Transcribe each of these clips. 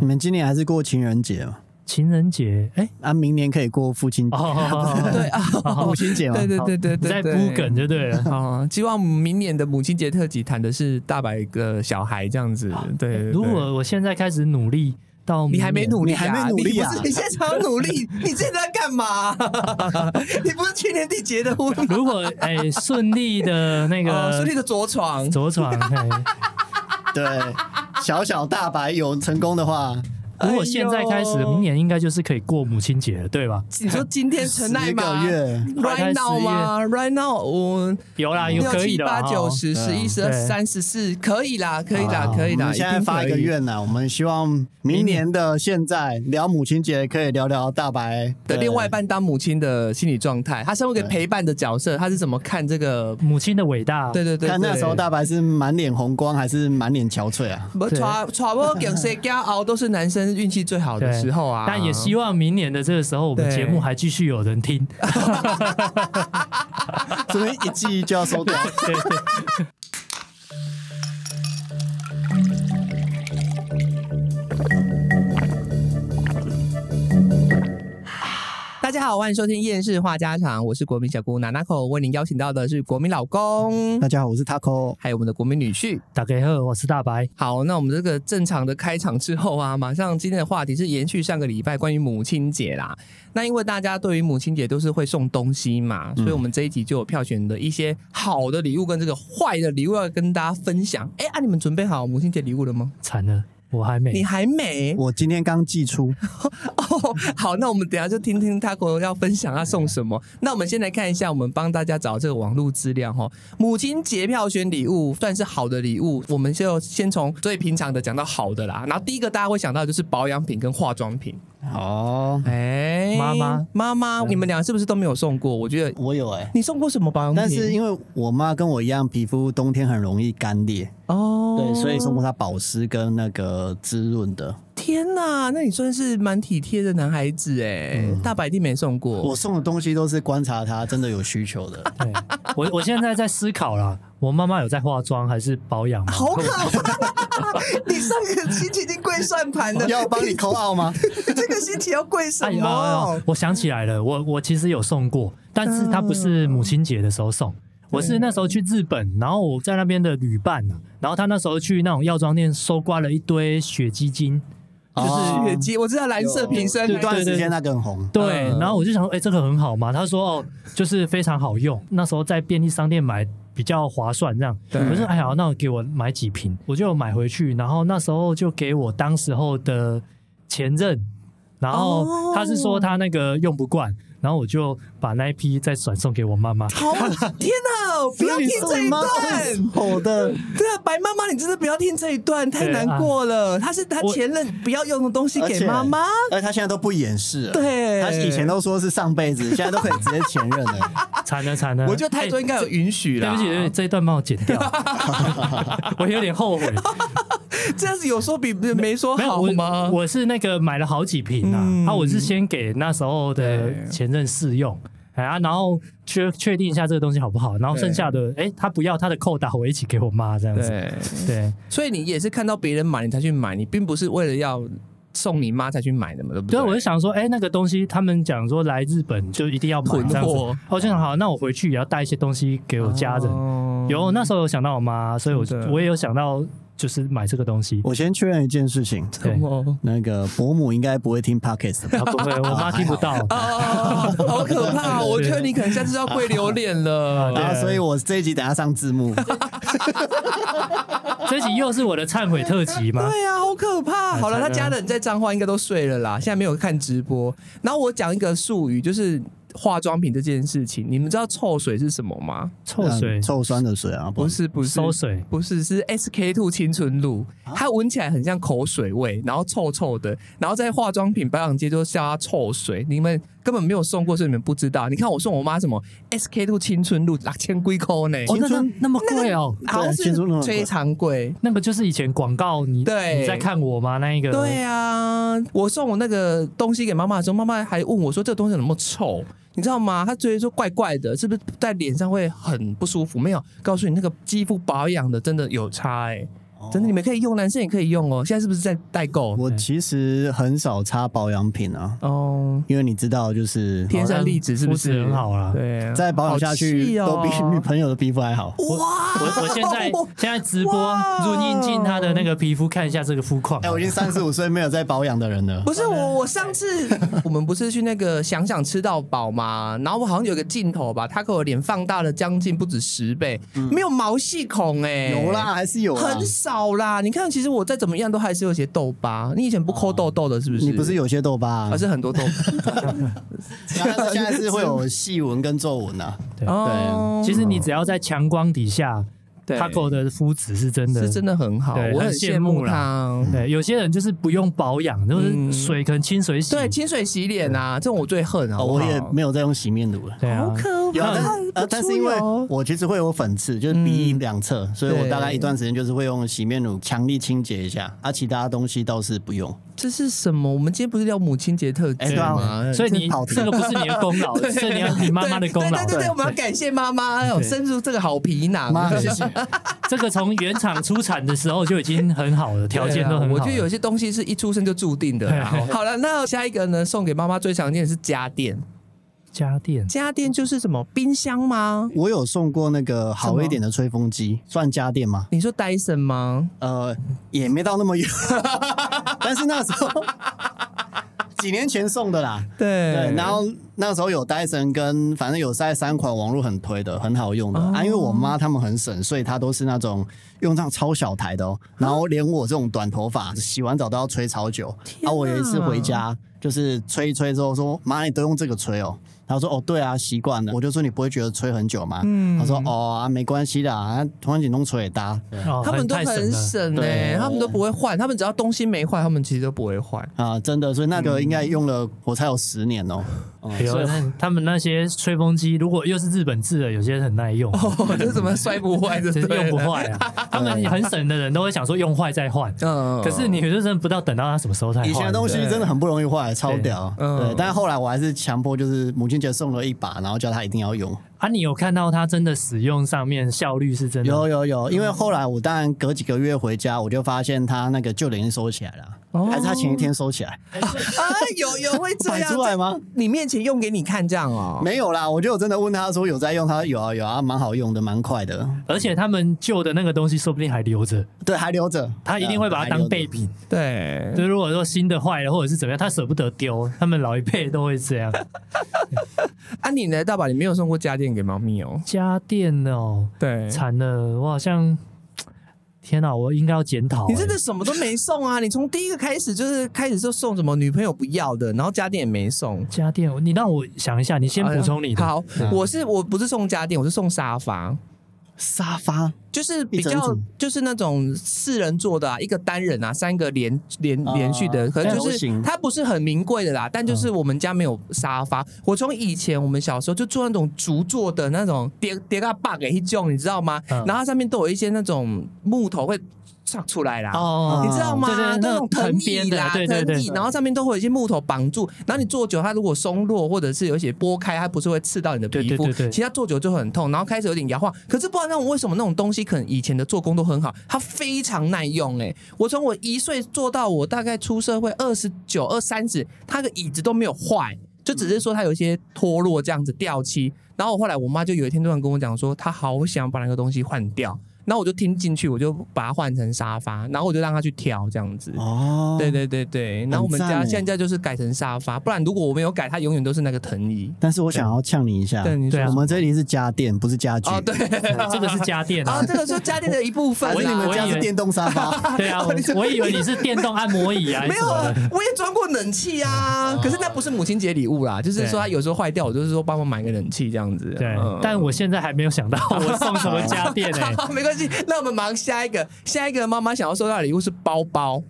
你们今年还是过情人节嘛？情人节，哎、啊，明年可以过父 亲节、哦，对啊， 母亲节嘛？对对对对你对，在对铺梗就对了。哦，希望明年的母亲节特辑谈的是大白个小孩这样子。对，对如果我现在开始努力到明你年，还没努力、你啊，还没努力啊你不是你现在才要努力，你现在在干嘛？ 你不是去年底结的婚吗？ 如果哎顺、利的 那个 哦，顺利的着床，着 床，哎对，小小大白有成功的话，如果现在开始，哎呦明年应该就是可以过母亲节了，对吧？ 你说今天成奈十吗个月， ？Right now 吗？Right now，我有啦，有六可以七的哦八啦，九哈十对啊十一十二对三十四，可以啦，可以啦，啊可以我啦。们现在发一个一定愿呢，我们希望明年的现在聊母亲节，可以聊聊大白可以的另外一。半当母亲的心理状态，她身为一个对陪伴的角色，她是怎么看这个？母亲的伟大，对对对，看那对时候大白是满脸红光还是满脸憔悴啊？不，对 传传播给谁家熬都是男生运气最好的对时候啊。但也希望明年的这个时候，我们对节目还继续有人听。这边一记就要收 掉。对对，大家好，欢迎收听《厌世话家常》，我是国民小姑娜娜口，为您邀请到的是国民老公，大家好，我是 Taco。还有我们的国民女婿。打给贺，我是大白。好，那我们这个正常的开场之后啊， 马上今天的话题是延续上个礼拜关于母亲节啦。那因为大家对于母亲节都是会送东西嘛，所以我们这一集就有票选的一些好的礼物跟这个坏的礼物要跟大家分享。哎、啊，你们准备好母亲节礼物了吗？惨了，我还没你。还没？我今天刚寄出， 哦，好，那我们等一下就听听他国要分享他送什么。那我们先来看一下，我们帮大家找这个网络资料哈。母亲节票选礼物算是好的礼物，我们就先从最平常的讲到好的啦。然后第一个大家会想到就是保养品跟化妆品。哦，哎、妈妈妈嗯妈，你们俩是不是都没有送过？我觉得我有哎、你送过什么保养品？但是因为我妈跟我一样，皮肤冬天很容易干裂，哦，对，所以送过她保湿跟那个滋润的。天哪，那你算是蛮体贴的男孩子哎、大白一定没送过。嗯我送的东西都是观察她真的有需求 的。对，我我现在在思考啦，我妈妈有在化妆还是保养吗？好可怕！你上个星期已经跪算盘了，要帮你扣奥 吗？这个星期要跪什哎呀么？我想起来了，我我其实有送过，但是它不是母亲节的时候送，我是那时候去日本，然后我在那边的旅伴呢、然后他那时候去那种药妆店搜刮了一堆雪肌精，就是月经，我知道蓝色瓶身有段对哦时间那个很红，对，嗯然后我就想说，哎、这个很好嘛，他说哦，就是非常好用，那时候在便利商店买。比较划算这样，对我说哎呀，那我给我买几瓶，我就买回去，然后那时候就给我当时候的前任，然后他是说他那个用不惯，然后我就把那一批再转送给我妈妈，好，天哪！不要听这一段。好的，对啊，白妈妈，你真的不要听这一段，太难过了。她是她我前任不要用的东西而给且妈妈。而且她现在都不掩饰了。对她以前都说是上辈子，现在都可以直接前任 了。惨了惨了，哎我觉得泰多应该有允许对啦。不起，对不起，这一段帮我剪 掉，我有点后悔。这样子有说比没说没有，好我吗？我是那个买了好几瓶啊，嗯啊，我是先给那时候的对前任试用，哎啊，然后确确定一下这个东西好不好，然后剩下的，哎，他不要他的扣打，我一起给我妈这样子。对，对啊所以你也是看到别人买你才去买，你并不是为了要送你妈才去买的嘛，对不对，我就想说，哎，那个东西他们讲说来日本就一定要买囤这样子哦货，我就想好，那我回去也要带一些东西给我家人。哦有那时候有想到我妈，所以我真的我也有想到就是买这个东西。我先确认一件事情，对，哦那个伯母应该不会听 Pockets 吧啊不会，我妈听不 到。哦，好 可怕！我觉得你可能下次要跪榴莲了。啊对然后，啊所以我这一集等下上字 幕。这集又是我的忏悔特辑吗？对啊，好可怕！好了，惨了他家人在彰化应该都睡了啦，现在没有看直播。然后我讲一个术语，就是化妆品这件事情，你们知道臭水是什么吗？臭水嗯、臭酸的水啊，不不是是，不是，馊水，啊哦不是，是 SK two 青春露，它闻起来很像口水味，然后臭臭的，然后在化妆品保养街就叫它臭水。你们根本没有送过，所以你们不知道。你看我送我妈什么 SK two 青春露，六千几块呢，哦，那青春那那么贵哦，好像青春露是很贵非常贵。那个就是以前广告你对你在看我吗？那一个对啊，我送我那个东西给妈妈的时候，妈妈还问我说这个东西有没有臭，你知道吗？她觉得说怪怪的，是不是在脸上会很不舒服？没有，告诉你那个肌肤保养的真的有差哎、真的，你们可以用，男生也可以用哦。现在是不是在代购？哦我其实很少擦保养品啊，哦，因为你知道，就是天生丽质是不肤是质很好啦对啊，再保养下去都好比气哦女朋友的皮肤还好。我我现 在现在直播哇入印进他的那个皮肤，看一下这个肤况啊哎，。我已经三十五岁没有在保养的人 了。不是我，我 上次我们不是去那个想想吃到饱嘛，然后我好像有个镜头吧，他给我脸放大了将近不止十倍，没有毛细孔哎、嗯有啦，，还是有啊啦很。少啦。你看，其实我再怎么样都还是有些痘疤。你以前不抠痘痘的，是不是？哦你不是，有些痘疤啊而，是 很多痘。然后现在是会有细纹跟皱纹啊。哦，其实你只要在强光底下对，Taco 的肤质是真的是真的很好，对我很羡羡慕慕啦他。对，有些人就是不用保养，就嗯是水可能清水洗。对，清水洗脸啊，这种我最恨啊！哦，好不我好也没有在用洗面乳了。对啊，好可有啊，怕但是，呃，不但出是因为油我其实会有粉刺，就是鼻翼两侧，所以我大概一段时间就是会用洗面乳强力清洁一下，啊，其他东西倒是不用。这是什么？我们今天不是聊母亲节特哎辑对啊吗？所以这你跑题这个不是你的功 劳，是你要你妈妈的功劳。对对对，我们要感谢妈妈有伸出这个好皮 囊。妈，对啊谢谢。这个从原厂出产的时候就已经很好了，条件都很好了。啊我觉得有些东西是一出生就注定的 啦。好了，那下一个呢？送给妈妈最常见的是家电，家电家电就是什么冰箱吗？ 我有送过那个好一点的吹风机，算家电吗？你说 Dyson 吗？呃，也没到那么远， 但是那时候几年前送的啦。对对，然后那时候有戴森跟反正有在三款网络很推的，很好用的、啊。因为我妈他们很省，所以她都是那种用上超小台的哦。然后连我这种短头发，洗完澡都要吹超久。哪啊，我有一次回家就是吹一吹之后说：“妈，你都用这个吹哦。”她说：“哦，对啊，习惯了。”我就说：“你不会觉得吹很久吗？”她说：“哦啊，没关系的啊，突然间弄吹也搭。对哦，他们都太很了省呢、对他们都不会换，他们只要东西没坏，他们其实都不会换。 啊，真的，所以那个应该用了我才有十年哦。嗯嗯哎呦所以那他们那些吹风机，如果又是日本制的，有些很耐用，哦，这怎么摔不坏？这就是是用不。坏 啊。他们很省的人都会想说用坏再换，嗯，可是你就真的不知道等到它什么时候才坏。以前的东西真的很不容易坏，超屌。嗯对，但后来我还是强迫，就是母亲节送了一把，然后叫他一定要用。啊，你有看到它真的使用上面效率是真的有有有，因为后来我当然隔几个月回家，我就发现他那个旧的已经收起来了，还是他前一天收起来，啊，有有会这摆 样出来吗？你面前用给你看这样哦。没有啦，我就有真的问他说有在用，他说有啊有啊，蛮好用的，蛮快的，而且他们旧的那个东西说不定还留着，对，还留着。他一定会把它当备嗯。品。对，就如果说新的坏了或者是怎么样，他舍不得丢，他们老一辈都会 这样。啊，你呢，大宝，你没有送过家电给猫咪哦？家电哦，对惨了，我好像，天哪，我应该要检讨、你真的什么都没送啊！你从第一个开始就是开始就送什么女朋友不要的，然后家电也没送。家电，你让我想一下，你先补充你的。嗯好，我是我不是送家电，我是送沙发，沙发就是比一整较组就是那种四人坐的啊，一个单人啊，三个连连啊连续的，可能就流是行它不是很名贵的啦，但就是我们家没有沙发。我从以前我们小时候就坐那种竹做的那种叠叠个 bug 一种，你知道吗？嗯然后它上面都有一些那种木头会长出来啦。哦你知道吗？对对，那那种藤藤椅边的啦，，对对藤对椅，，然后上面都会有一些木头绑住，然后你坐久，它如果松落或者是有一些拨开，它不是会刺到你的皮肤对对对，对其实它坐久就很痛，然后开始有点摇晃。可是不知道那种为什么那种东西，可能以前的做工都很好，它非常耐用、欸。哎，我从我一岁做到我大概出社会二十九、二三十，它的椅子都没有坏。就只是说它有一些脱落这样子掉漆，然后我后来我妈就有一天突然跟我讲说，她好想把那个东西换掉，然后我就听进去，我就把它换成沙发，然后我就让她去挑这样子。哦，对。对对对，然后我们很赞家欸现在就是改成沙发，不然如果我没有改，它永远都是那个藤椅。但是我想要呛你一下，对你说我们这里是家电，不是家具。哦，对，这个是家电啊，啊。这个是家电的一部分啦。我以为你们家我以是为电动沙发。对啊，我我以为你是电动按摩 椅啊，没有还啊是什么的，我也装过冷气哦啊，可是那不是母亲节礼物啦，就是说它有时候坏掉，我就是说帮忙买个冷气这样子。对嗯，但我现在还没有想到我送什么家电欸呢、 好，没关系，那我们忙下一个，下一个妈妈想要收到的礼物是包包。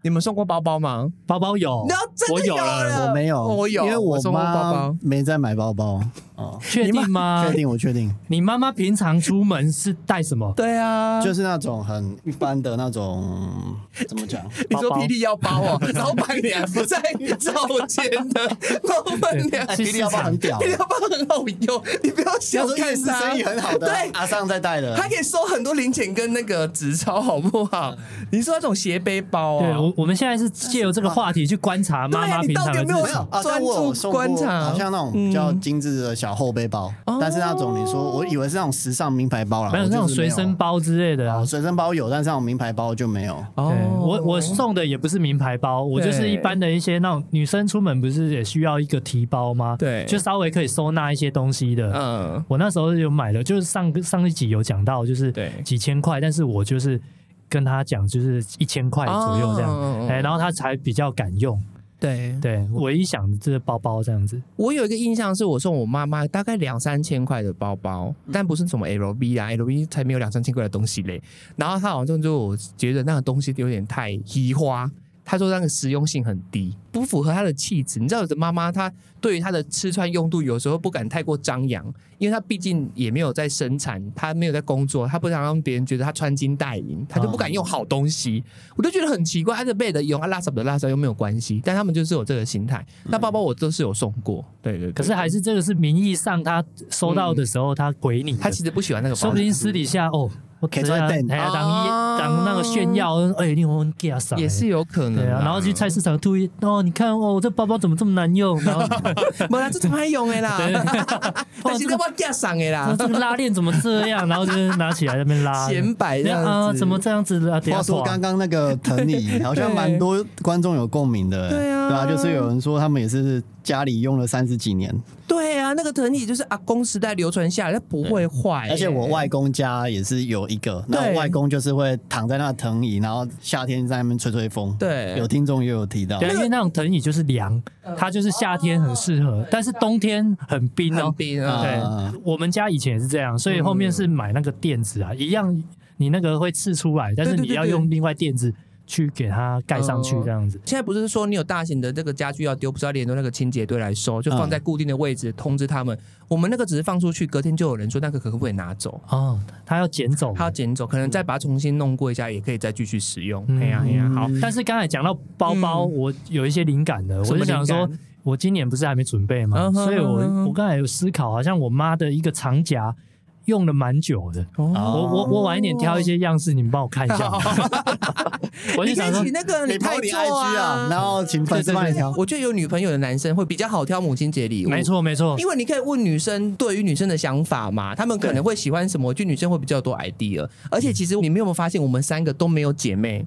你们送过包包吗？包包有那真，的我有有了，了 我没有，我有因为我我送过包妈包没在买包包。哦，确定吗？ 确定，我确定，你妈妈平常出门是带什么？对啊，就是那种很一般的那种，怎么 讲？你说包包霹雳腰包哦，老板娘不在照间的，老板娘对霹雳哎要不很屌霹，雳腰包很好用，你不要小要说看夜市它生意很好的，啊对。阿尚在带的，它可以收很多零钱跟那个纸钞，好不好？你说那种斜背包啊，对，我我们现在是借由这个话题去观察妈对啊妈你平常到底的有日没没有有常。啊，专但我有注送过观察好像那种比较精致的小后背包，哦但是那种你说我以为是那种时尚名牌包啦，没有我就是那种随身包之类的没有，啊哦，随身包有，但是那种名牌包就没有。对哦，我我送的也不是名牌包，我就是一般的一些那种女生出门不是也需要一个提包吗？对就稍微可以收纳一些东西的。嗯，我那时候有买的，就是上个上一集有讲到，就是对几千块，但是我就是跟他讲，就是一千块左右这样，哎、哦然后他才比较敢用。对，对我一想，这个包包这样子，我有一个印象是我送我妈妈大概两三千块的包包，但不是什么 LV 啊，LV 才没有两三千块的东西嘞。然后她好像就觉得那个东西有点太稀花，她说那个实用性很低，不符合她的气质。你知道我的妈妈她对于她的吃穿用度有时候不敢太过张扬，因为她毕竟也没有在生产，她没有在工作，她不想让别人觉得她穿金戴银，她就不敢用好东西。我就觉得很奇怪，按着背的用，啊，拉圾的拉圾又没有关系，但他们就是有这个心态。那包包我都是有送过，对对嗯对。可是还是这个是名义上他收到的时候他回你的，他其实不喜欢那个包包，说不定私底下哦，我可以做一点哎呀，当哦一当那个炫耀，哎，你我很 g a 也是有可能对啊。啊，然后去菜市场吐一，哦，你看哦，这包包怎么这么难 用？然后没啦，这怎么还用的啦？ 对， 哇，但是这那个我架上的哇啦，哦这个拉链怎么这样？然后就是拿起来在那边拉，显摆这然后样啊，子。怎么这样子啊？等一话下说哇刚刚那个藤椅，好像蛮多观众有共鸣的， 对啊对啊，就是有人说他们也是家里用了三十几年，对啊？那个藤椅就是阿公时代流传下来，它不会坏。而且我外公家也是有一个，那对我外公就是会躺在那藤椅，然后夏天在那边吹吹风。对有听众也有提到对，啊，因为那种藤椅就是凉，它就是夏天很适合，但是冬天很冰哦很哦。冰啊啊，对，我们家以前也是这样，所以后面是买那个垫子啊，一样你那个会刺出来，但是嗯对对你对要对哦用另外垫子去给它盖上去，这样子。现在不是说你有大型的这个家具要丢，不是要联络那个清洁队来收，就嗯放在固定的位置、通知他们。我们那个只是放出去，隔天就有人说那个可不可以拿走，哦，它要捡走他要捡走，可能再把它重新弄过一下，也可以再继续使用。嗯哎呀哎呀，好，但是刚才讲到包包，嗯我有一些灵感的，什我就么想灵说感，我今年不是还没准备嘛，嗯哼所以嗯我哼我刚才有思考，好像我妈的一个长夹用了蛮久的。哦我我我晚一点挑一些样式，你们帮我看一 下。我就你可想以说请，那个你抛泰你做 IG 啊，然后请粉丝帮你挑。我觉得有女朋友的男生会比较好挑母亲节礼物，没。错没错，因为你可以问女生对于女生的想法嘛，她们可能会喜欢什么，就女生会比较多 idea。而且其实你们有没有发现，我们三个都没有姐妹，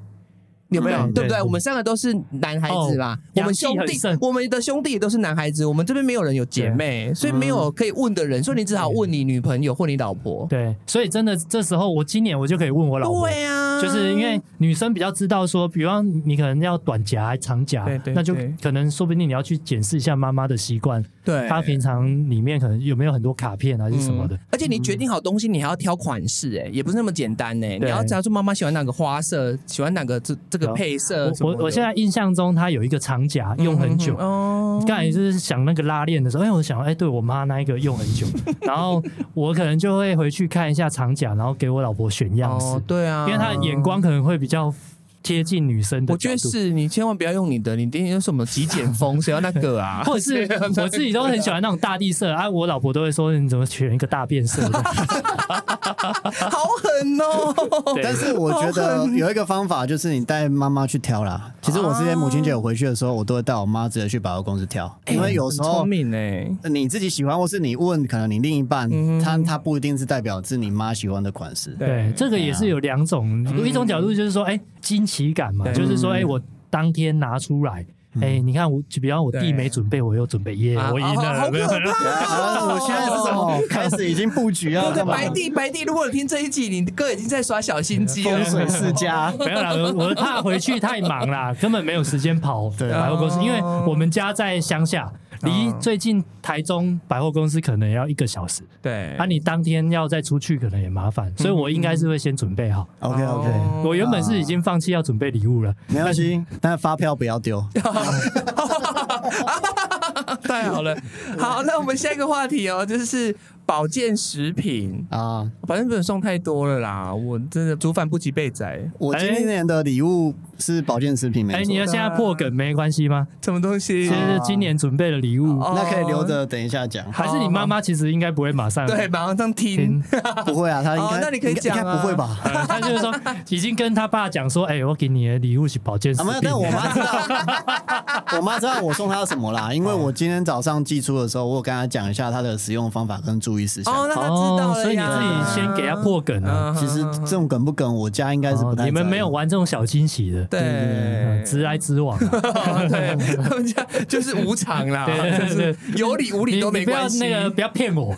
有没有？对对对不对？我们三个都是男孩子嘛，哦我们兄阳气弟很盛，嗯我们的兄弟也都是男孩子，我们这边没有人有姐妹，所以没有可以问的人，所以你只好问你女朋友或你老婆。对，所以真的这时候我今年我就可以问我老婆，对啊，就是因为女生比较知道说，比方你可能要短夹、长夹对，对那就对可能说不定你要去检视一下妈妈的习惯，对她平常里面可能有没有很多卡片啊还是什么的嗯。而且你决定好东西，你还要挑款式、哎、也不是那么简单呢、哎你对要找出妈妈喜欢哪个花色，喜欢哪个这这个有配色呃什我么我的我现在印象中，它有一个长夹用很久。哦，刚才就是想那个拉链的时候，哎，我想，哎，对我妈那一个用很 久，然后我可能就会回去看一下长夹，然后给我老婆选样式，哦，对啊，因为她的眼。光可能会比较贴近女生的我角觉度。得是你千万不要用你的，你今天有什么极简风，谁要那个啊？或者是 我自己都很喜欢那种大地色，啊，我老婆都会说你怎么选一个大变色的？好狠 哦！对但是我觉得有一个方法就是你带妈妈去挑啦。其实我之前母亲节我回去的时候，我都会带我妈直接去百货公司挑，因为有时很候聪明哎、呃你自己喜欢，或是你问可能你另一半嗯，他他不一定是代表是你妈喜欢的款式。对，这个也是有两种，一种角度就是说，哎，惊奇感嘛，嗯对嗯就是说，哎，我当天拿出来，哎，你看我，比方我弟没准备，我又准备，耶，啊哦我赢啊好了，可怕、 啊，哦！我现在是什么？开始已经布局啊，对对，干嘛？白帝白帝，如果你听这一集，你哥已经在耍小心机了风。水世 家。没有啦，我 我怕回去太忙啦，根本没有时间跑对百货公哦司，因为我们家在乡下，离最近台中百货公司可能要一个小时，对嗯啊，你当天要再出去可能也麻烦，所以我应该是会先准备好。 OK OK，哦我原本是已经放弃要准备礼物了， 没关系，但发票不要丢。太好 了，好，那我们下一个话题哦，就是保健食品，啊。保健食品送太多了啦，我真的煮饭不及被宰，我今年的礼物是保健食品，没哎，你错要，现在破梗没关系吗？什么东其西？实是今年准备的礼物，哦那可以留着等一下 讲。还是你妈妈其实应该不会马上对，马上听听。不会啊，他应哦该那你可以应该讲啊应该不会吧？ 呃他就是说，已经跟他爸讲说，哎、我给你的礼物是保健食啊，没品有，，但我妈知道， 我妈知道我送她什么啦。因哦为我今天早上寄出的时候，我有跟她讲一下它的使用方法跟注意事项。哦，那他知道了呀、哦所以你自己先给他破梗啊。嗯。其实这种梗不梗，我家应该是不太在哦意。你们没有玩这种小惊喜的，对嗯，直来直往、啊。 对，他们家就是无偿 啦，对对就是有理 无理你都没你不要关系。那个不要骗 我，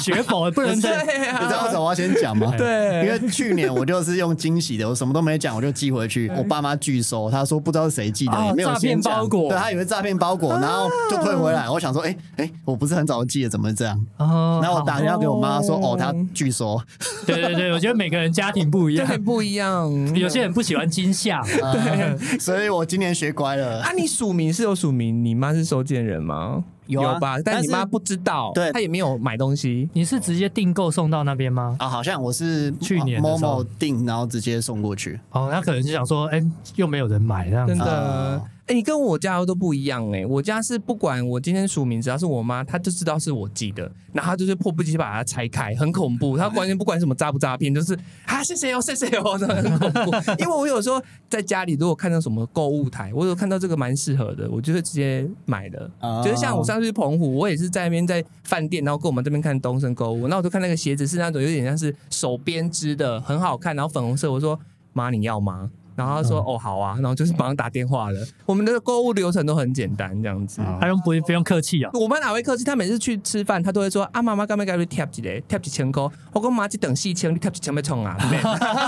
学否不能再对你知道为什啊，么我要先讲 吗？对因为去年我就是用惊喜的，我什么都没讲，我就寄回去，我爸妈拒收，他说不知道是谁寄的，哦也没有先诈骗讲包裹对他以为诈骗包裹，然后就退回来。我想说，哎哎，我不是很早就寄的，怎么会这样？哦然后我打电话给我妈说，哦哦，他拒收， 好对对对，我觉得每个人家庭不一样，对，不一样。有些人不喜欢 惊吓，呃所以我今年学乖了。啊，你署名是有署名，你妈是收件人吗？有啊吧，但但你是妈不知道，对她也没有买东西。你是直接订购送到那边吗？啊，好像我是去年的某时候某订，然后直接送过去。哦，他可能就想说，哎、又没有人买这样真子。哦的，哎、啊你跟我家都不一样哎、我家是不管我今天署名，只要是我妈，她就知道是我寄的，然后她就是迫不及待把它拆开，很 恐怖。她完全不管什么诈不诈骗，就是啊谢谢哦，谢谢哦， 真的很恐怖。 因为我有时候在家里如果看到什么购物台，我有看到这个蛮适合的，我就会直接买了。哦啊就是像我上次去澎湖，我也是在那边在饭店，然后跟我们这边看东森购物，那我就看那个鞋子是那种有点像是手编织的，很好看，然后粉红色，我说妈你要吗？然后他嗯说、哦好啊，然后就是马上打电话 了。我们的购物流程都很简单，这样子。啊他用不不用客气啊，我妈哪位客气？她每次去吃饭，她都会说：“啊，妈妈，干嘛干嘛贴几嘞？贴几千块？我跟妈去等四千，你贴几千要 冲啊？”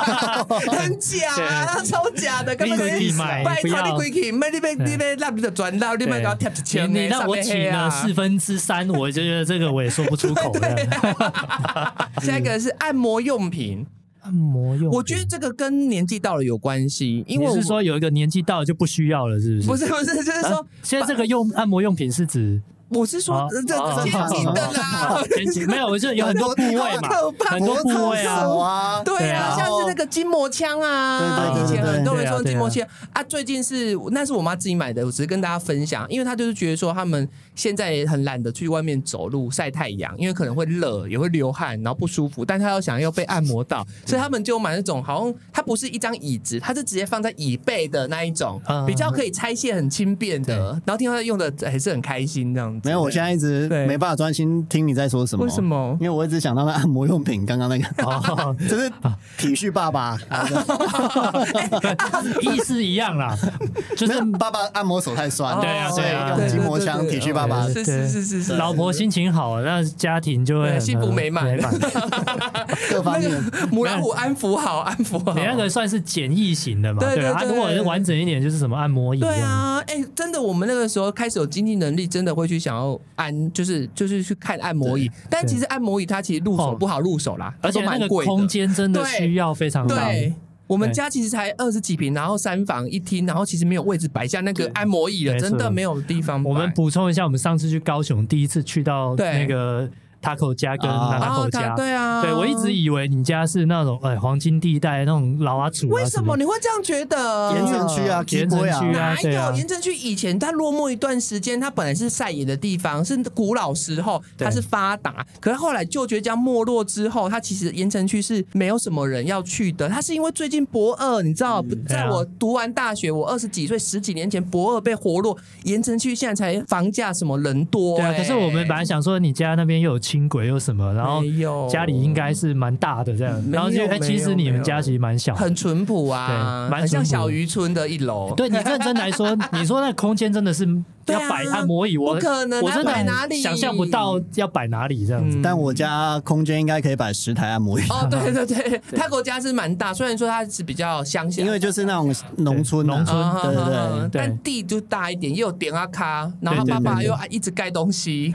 很假啊，超假的，干嘛干嘛？你自己买拜不托要你归去，卖你卖你卖那你就转到，你卖给我贴一你千的，你让我上请面黑了啊四分之三，我觉得这个我也说不出 口的。啊 下一个是按摩用品，按摩用品，我觉得这个跟年纪到了有关系，因为你我是说有一个年纪到了就不需要了，是不是？不是不是，就是啊说现在这个用按摩用品是指我是说啊这这啊肩颈的啦，前几没有，我就有很多部位嘛 好可，怕很多部位啊手。啊，对啊，啊像是那个筋膜枪啊，对以对对对前很多人说对啊筋膜枪啊，最近是那是我妈自己买的，我只是跟大家分享，因为她就是觉得说他们现在也很懒得去外面走路晒太阳，因为可能会热，也会流汗，然后不舒服，但她要想要被按摩到，所以他们就买那种好像它不是一张椅子，它是直接放在椅背的那一种嗯，比较可以拆卸很轻便的，然后听到她用的还是很开心这样子。没有，我现在一直对没办法专心听你在说什么。为什？么因？为我一直想到那按摩用品，刚刚那 个 哦，就是体恤爸爸，意思一样 啦，就没是有爸爸按摩手太哦酸，对啊所对啊以用筋膜枪体恤爸爸对。是是是是是，老婆心情好，那家庭就会对很幸福美满美 满。各方面。母老虎安抚好，安抚好。你那个算是简易型的嘛？对对啊，对如果是完整一点，就是什么按摩椅这对样。啊，哎、真的，我们那个时候开始有经济能力，真的会去想要按，就是就是去看按摩椅。但其实按摩椅它其实入手哦不好入手啦，而且它都那蛮个贵的空间真的需要非常大。对。我们对家其实才二十几平，然后三房一厅，然后其实没有位置摆下那个按摩椅了，没错真的没有地方摆。我们补充一下，我们上次去高雄，第一次去到对那个 Taco 家跟啊 n a 啊 n 它家，对啊，对我一直以为你家是那种哎黄金地带那种老阿祖啊为什么么你会这样觉得？盐城区啊，盐城区啊，啊哪对有啊盐城区以前它落寞一段时间，它本来是晒野的地方，是古老时候对它是发达，可是后来旧绝江没落之后，它其实盐城区是没有什么人要去的。它是因为最近博二，你知道，嗯在啊我读完大学，我二十几岁，十几年前博二被活络，盐城区现在才房价什么人多、对啊，哎可是我们本来想说你家那边又有轻轨又什么，然后没有家里应该是蛮大的这样，没有然后就哎、没有其实你们家其实蛮小的。很淳朴啊，对蛮很像淳朴小渔村的一 楼。对你认真来说，你说那空间真的是对要啊摆按摩椅，我不可能啊我真的摆哪里想象不到要摆哪里这样子。嗯但我家空间应该可以摆十台按摩椅，哦，对对对，他国家是蛮大，虽然说它是比较乡下，因为就是那种农村啊，农村啊对对啊啊啊对，对但地就大一点，也有点啊咖，然后对对他爸爸对对又啊一直盖东西，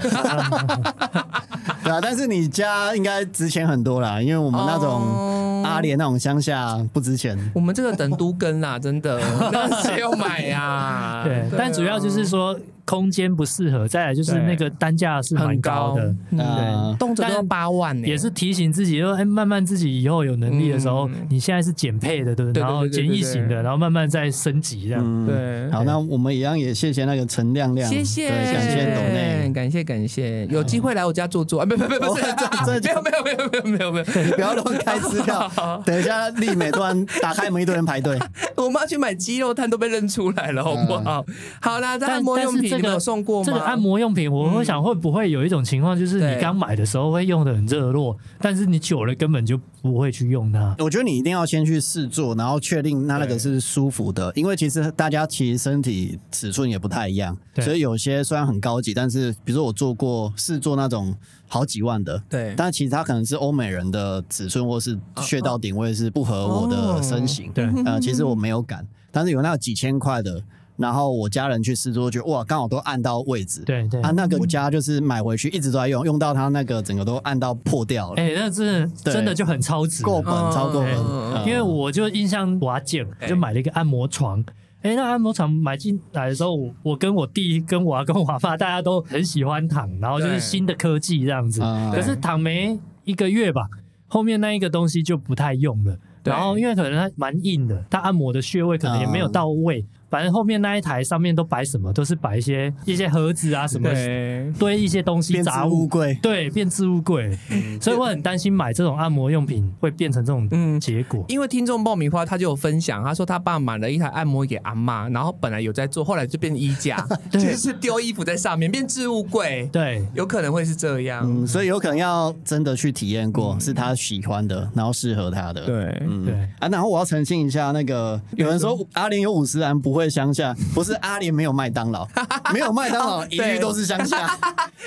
对啊。但是你家应该值钱很多啦，因为我们那哦种阿联那种乡下不值钱。我 们这个等都跟啦，真的，那谁要买呀？啊对，但主要就是说空间不适合，再来就是对那个单价是蛮很高的，呃嗯，动辄都要八万呢，也是提醒自己，说，哎，慢慢自己以后有能力的时候，嗯你现在是减配的，对不对对然后对对减对一型的，对然后慢慢再升级这样。嗯，。对。好，那我们一样也谢谢那个陈亮亮，谢谢，对感谢董内，感谢感谢，有机会来我家坐坐啊！不不不哦不，这没有没有没有没有没有没有，你不要乱开支票， 等一下丽美突然打开门，一堆人排队。 我妈去买鸡肉摊都被认出来了，好不好？好啦，这嗯但按摩用但是品这你个们有送过吗？嗯这个按摩用品，我会想会不会有一种情况，就是对你刚买的时候会用的很热络，但是你久了根本就不会去用它。我觉得你一定要先去试做，然后确定它那个是舒服的，因为其实大家其实身体尺寸也不太一样，对所以有些虽然很高级，但是比如说我做过试做那种好几万的，对但其实它可能是欧美人的尺寸或是穴道顶位是不合我的身形，哦对 呃，其实我没有感，但是有那个几千块的。然后我家人去试做，觉得哇，刚好都按到位置。对对啊，那个我家就是买回去一直都在用，用到它那个整个都按到破掉了，哎，那真的对真的就很超值了，够啊本嗯超过本嗯嗯嗯。嗯因为我就印象瓦解，哎就买了一个按摩床。哎、那按摩床买进来的时候，我我跟我弟、跟我阿公、 我阿爸，大家都很喜欢躺，然后就是对新的科技这样子。啊可是躺没一个月吧，后面那一个东西就不太用了。对然后因为可能它蛮硬的，它按摩的穴位可能也没有到位，反正后面那一台上面都摆什么，都是摆一些一些盒子啊什么，对，堆一些东西编织杂乌物，龟，对，变置物柜。所以我很担心买这种按摩用品会变成这种嗯结果。因为听众爆米花他就有分享，他说他爸买了一台按摩椅给阿妈，然后本来有在做，后来就变衣架，就是丢衣服在上面变置物柜，对，有可能会是这样。嗯，所以有可能要真的去体验过，是他喜欢的，然后适合他的。，对，嗯对啊，然后我要澄清一下，那个有人说阿联有五十人不会乡下，不是阿联没有麦当劳，没有麦当劳一律对都是乡下。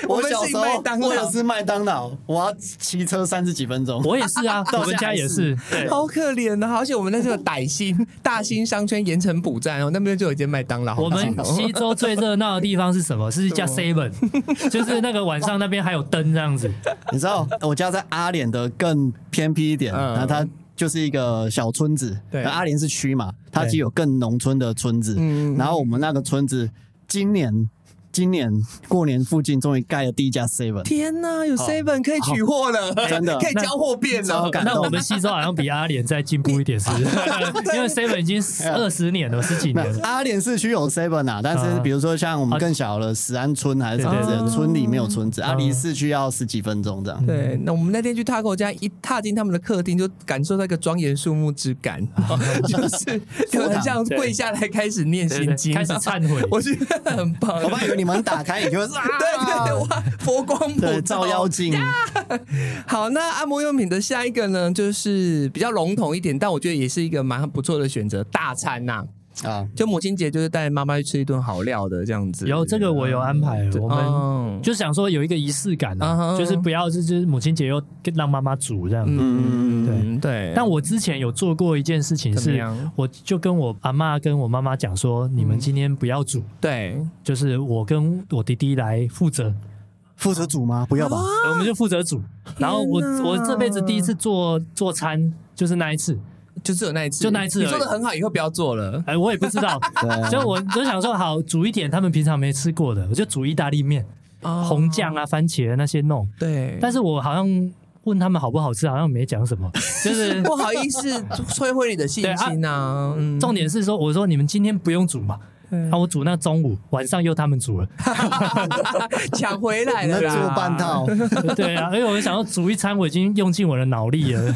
我们小是时候麦当劳我有吃麦当劳，我要骑车三十几分钟。我也是 啊，到我们现在家还也是是。对，好可怜啊！而且我们那这个傣新大兴商圈盐城埔站哦，那边就有一间麦当劳。我们西周最热闹的地方是什 么？是一家 Seven，就是那个晚上那边还有灯这样子。你知道我家在阿联的更偏僻一点，嗯然后它就是一个小村子，对然后阿联是区嘛，它对其实有更农村的村子嗯，然后我们那个村子今年今年过年附近终于盖了第一家 Seven，天哪，哦有 Seven 可以取货了，真的 可以交货变超了。感那动我们西周好像比阿联再进步一点，是 不是？因为 Seven 已经二十年了，十几没年有了。阿联市区有 Seven 啊，但是啊比如说像我们更小的石安村还是什么之类对的，对村里没有村子，啊，嗯离市区要十几分钟这样。对，那我们那天去 Taco 家，一踏进他们的客厅，就感受到一个庄严肃穆之感， 就是就很像跪下来开始念对心对经，开始忏悔 我觉得很棒。我爸以为你们打开， 你就会是啊，对对对，哇，佛光普对，照妖镜，好，那按摩用品的下一个呢，就是比较笼统一点，但我觉得也是一个蛮不错的选择，大餐呐、啊，就母亲节就是带妈妈去吃一顿好料的这样子。有这个我有安排，我们嗯就想说有一个仪式感嗯啊，哼就是不要就是母亲节又让妈妈煮这样。嗯嗯对，但我之前有做过一件事情怎么是样，我就跟我阿妈跟我妈妈讲说，你们今天不要煮，对就是我跟我弟弟来负责，负责煮吗？不要吧，我们就负责煮。然后我啊天哪我这辈子第一次做做餐，就是那一次，就只有那一次，就那一次而已你做的很好，以后不要做了。哎，我也不知 道，啊对所以我就想说，好煮一点他们平常没吃过的，我就煮意大利面，哦红酱啊、番茄那些弄。对，但是我好像问他们好不好吃，好像没讲什么， 就是不好意思摧毁你的信心啊。嗯， 重点是说，我说你们今天不用煮嘛，对啊，我煮那中午，晚上又他们煮了，抢回来你了们啦，做半套， 对啊，因为我想要煮一餐，我已经用尽我的脑力 了，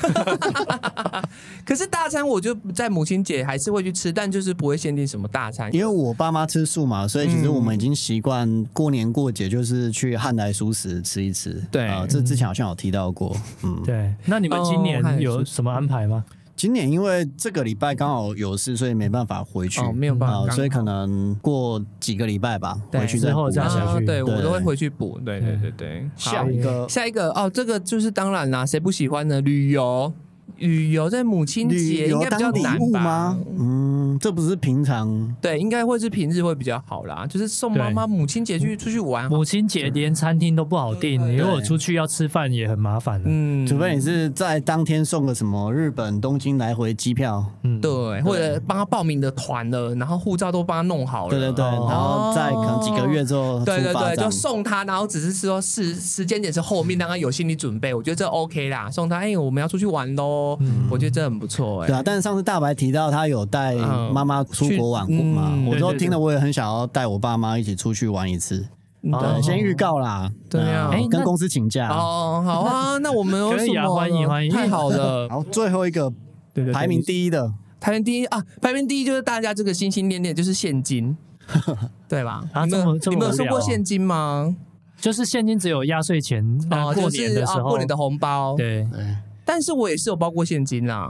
可是大餐，我就在母亲节还是会去吃，但就是不会限定什么大餐因。为我爸妈吃素嘛，所以其实嗯我们已经习惯过年过节就是去汉来熟食吃一吃。对啊，这之前好像有提到过。嗯，对，那你们今哦还年是有什么安排哦吗？嗯今年因为这个礼拜刚好有事，所以没办法回去。哦，没有办法啊刚，好，所以可能过几个礼拜吧，对回去再之后补再一下下啊去对我对嗯都会回去补。对对对对，下好一个下一个哦，这个就是当然啦，谁不喜欢呢？旅游，旅游在母亲节旅应游该比较当礼难物吧吗？？嗯，这不是平常对，应该会是平日会比较好啦，就是送妈妈母亲节去出去玩，母亲节连餐厅都不好订，对你如果出去要吃饭也很麻烦啊的。嗯，除非你是在当天送个什么日本东京来回机票，嗯，对，或者帮他报名的团了，然后护照都帮他弄好了，对对对，哦然后在可能几个月之后啊出对对发对，这样就。送他，然后只是说是时间点是后面，让他有心理准备。我觉得这 OK 啦，送他，哎、我们要出去玩喽、我觉得这很不错嗯哎、对啊，但是上次大白提到他有带嗯妈妈出国玩过嘛，去嗯我对都对听了，我也很想要带我爸妈一起出去玩一次。嗯哦对，先预告啦，对啊嗯哎跟那公司请假。哦，好啊，那我们有可什以么啊欢迎欢迎太 好了。然后最后一个对对，排名第一的，排名第一啊，排名第一就是大家这个心心念念就是 现金，对吧？啊你们这么这有么你们有收无聊过啊现金吗？就是现金只有压岁钱，哦，呃就过是年的时啊，候，过年的红包。对，对，但是我也是有包过现金啦。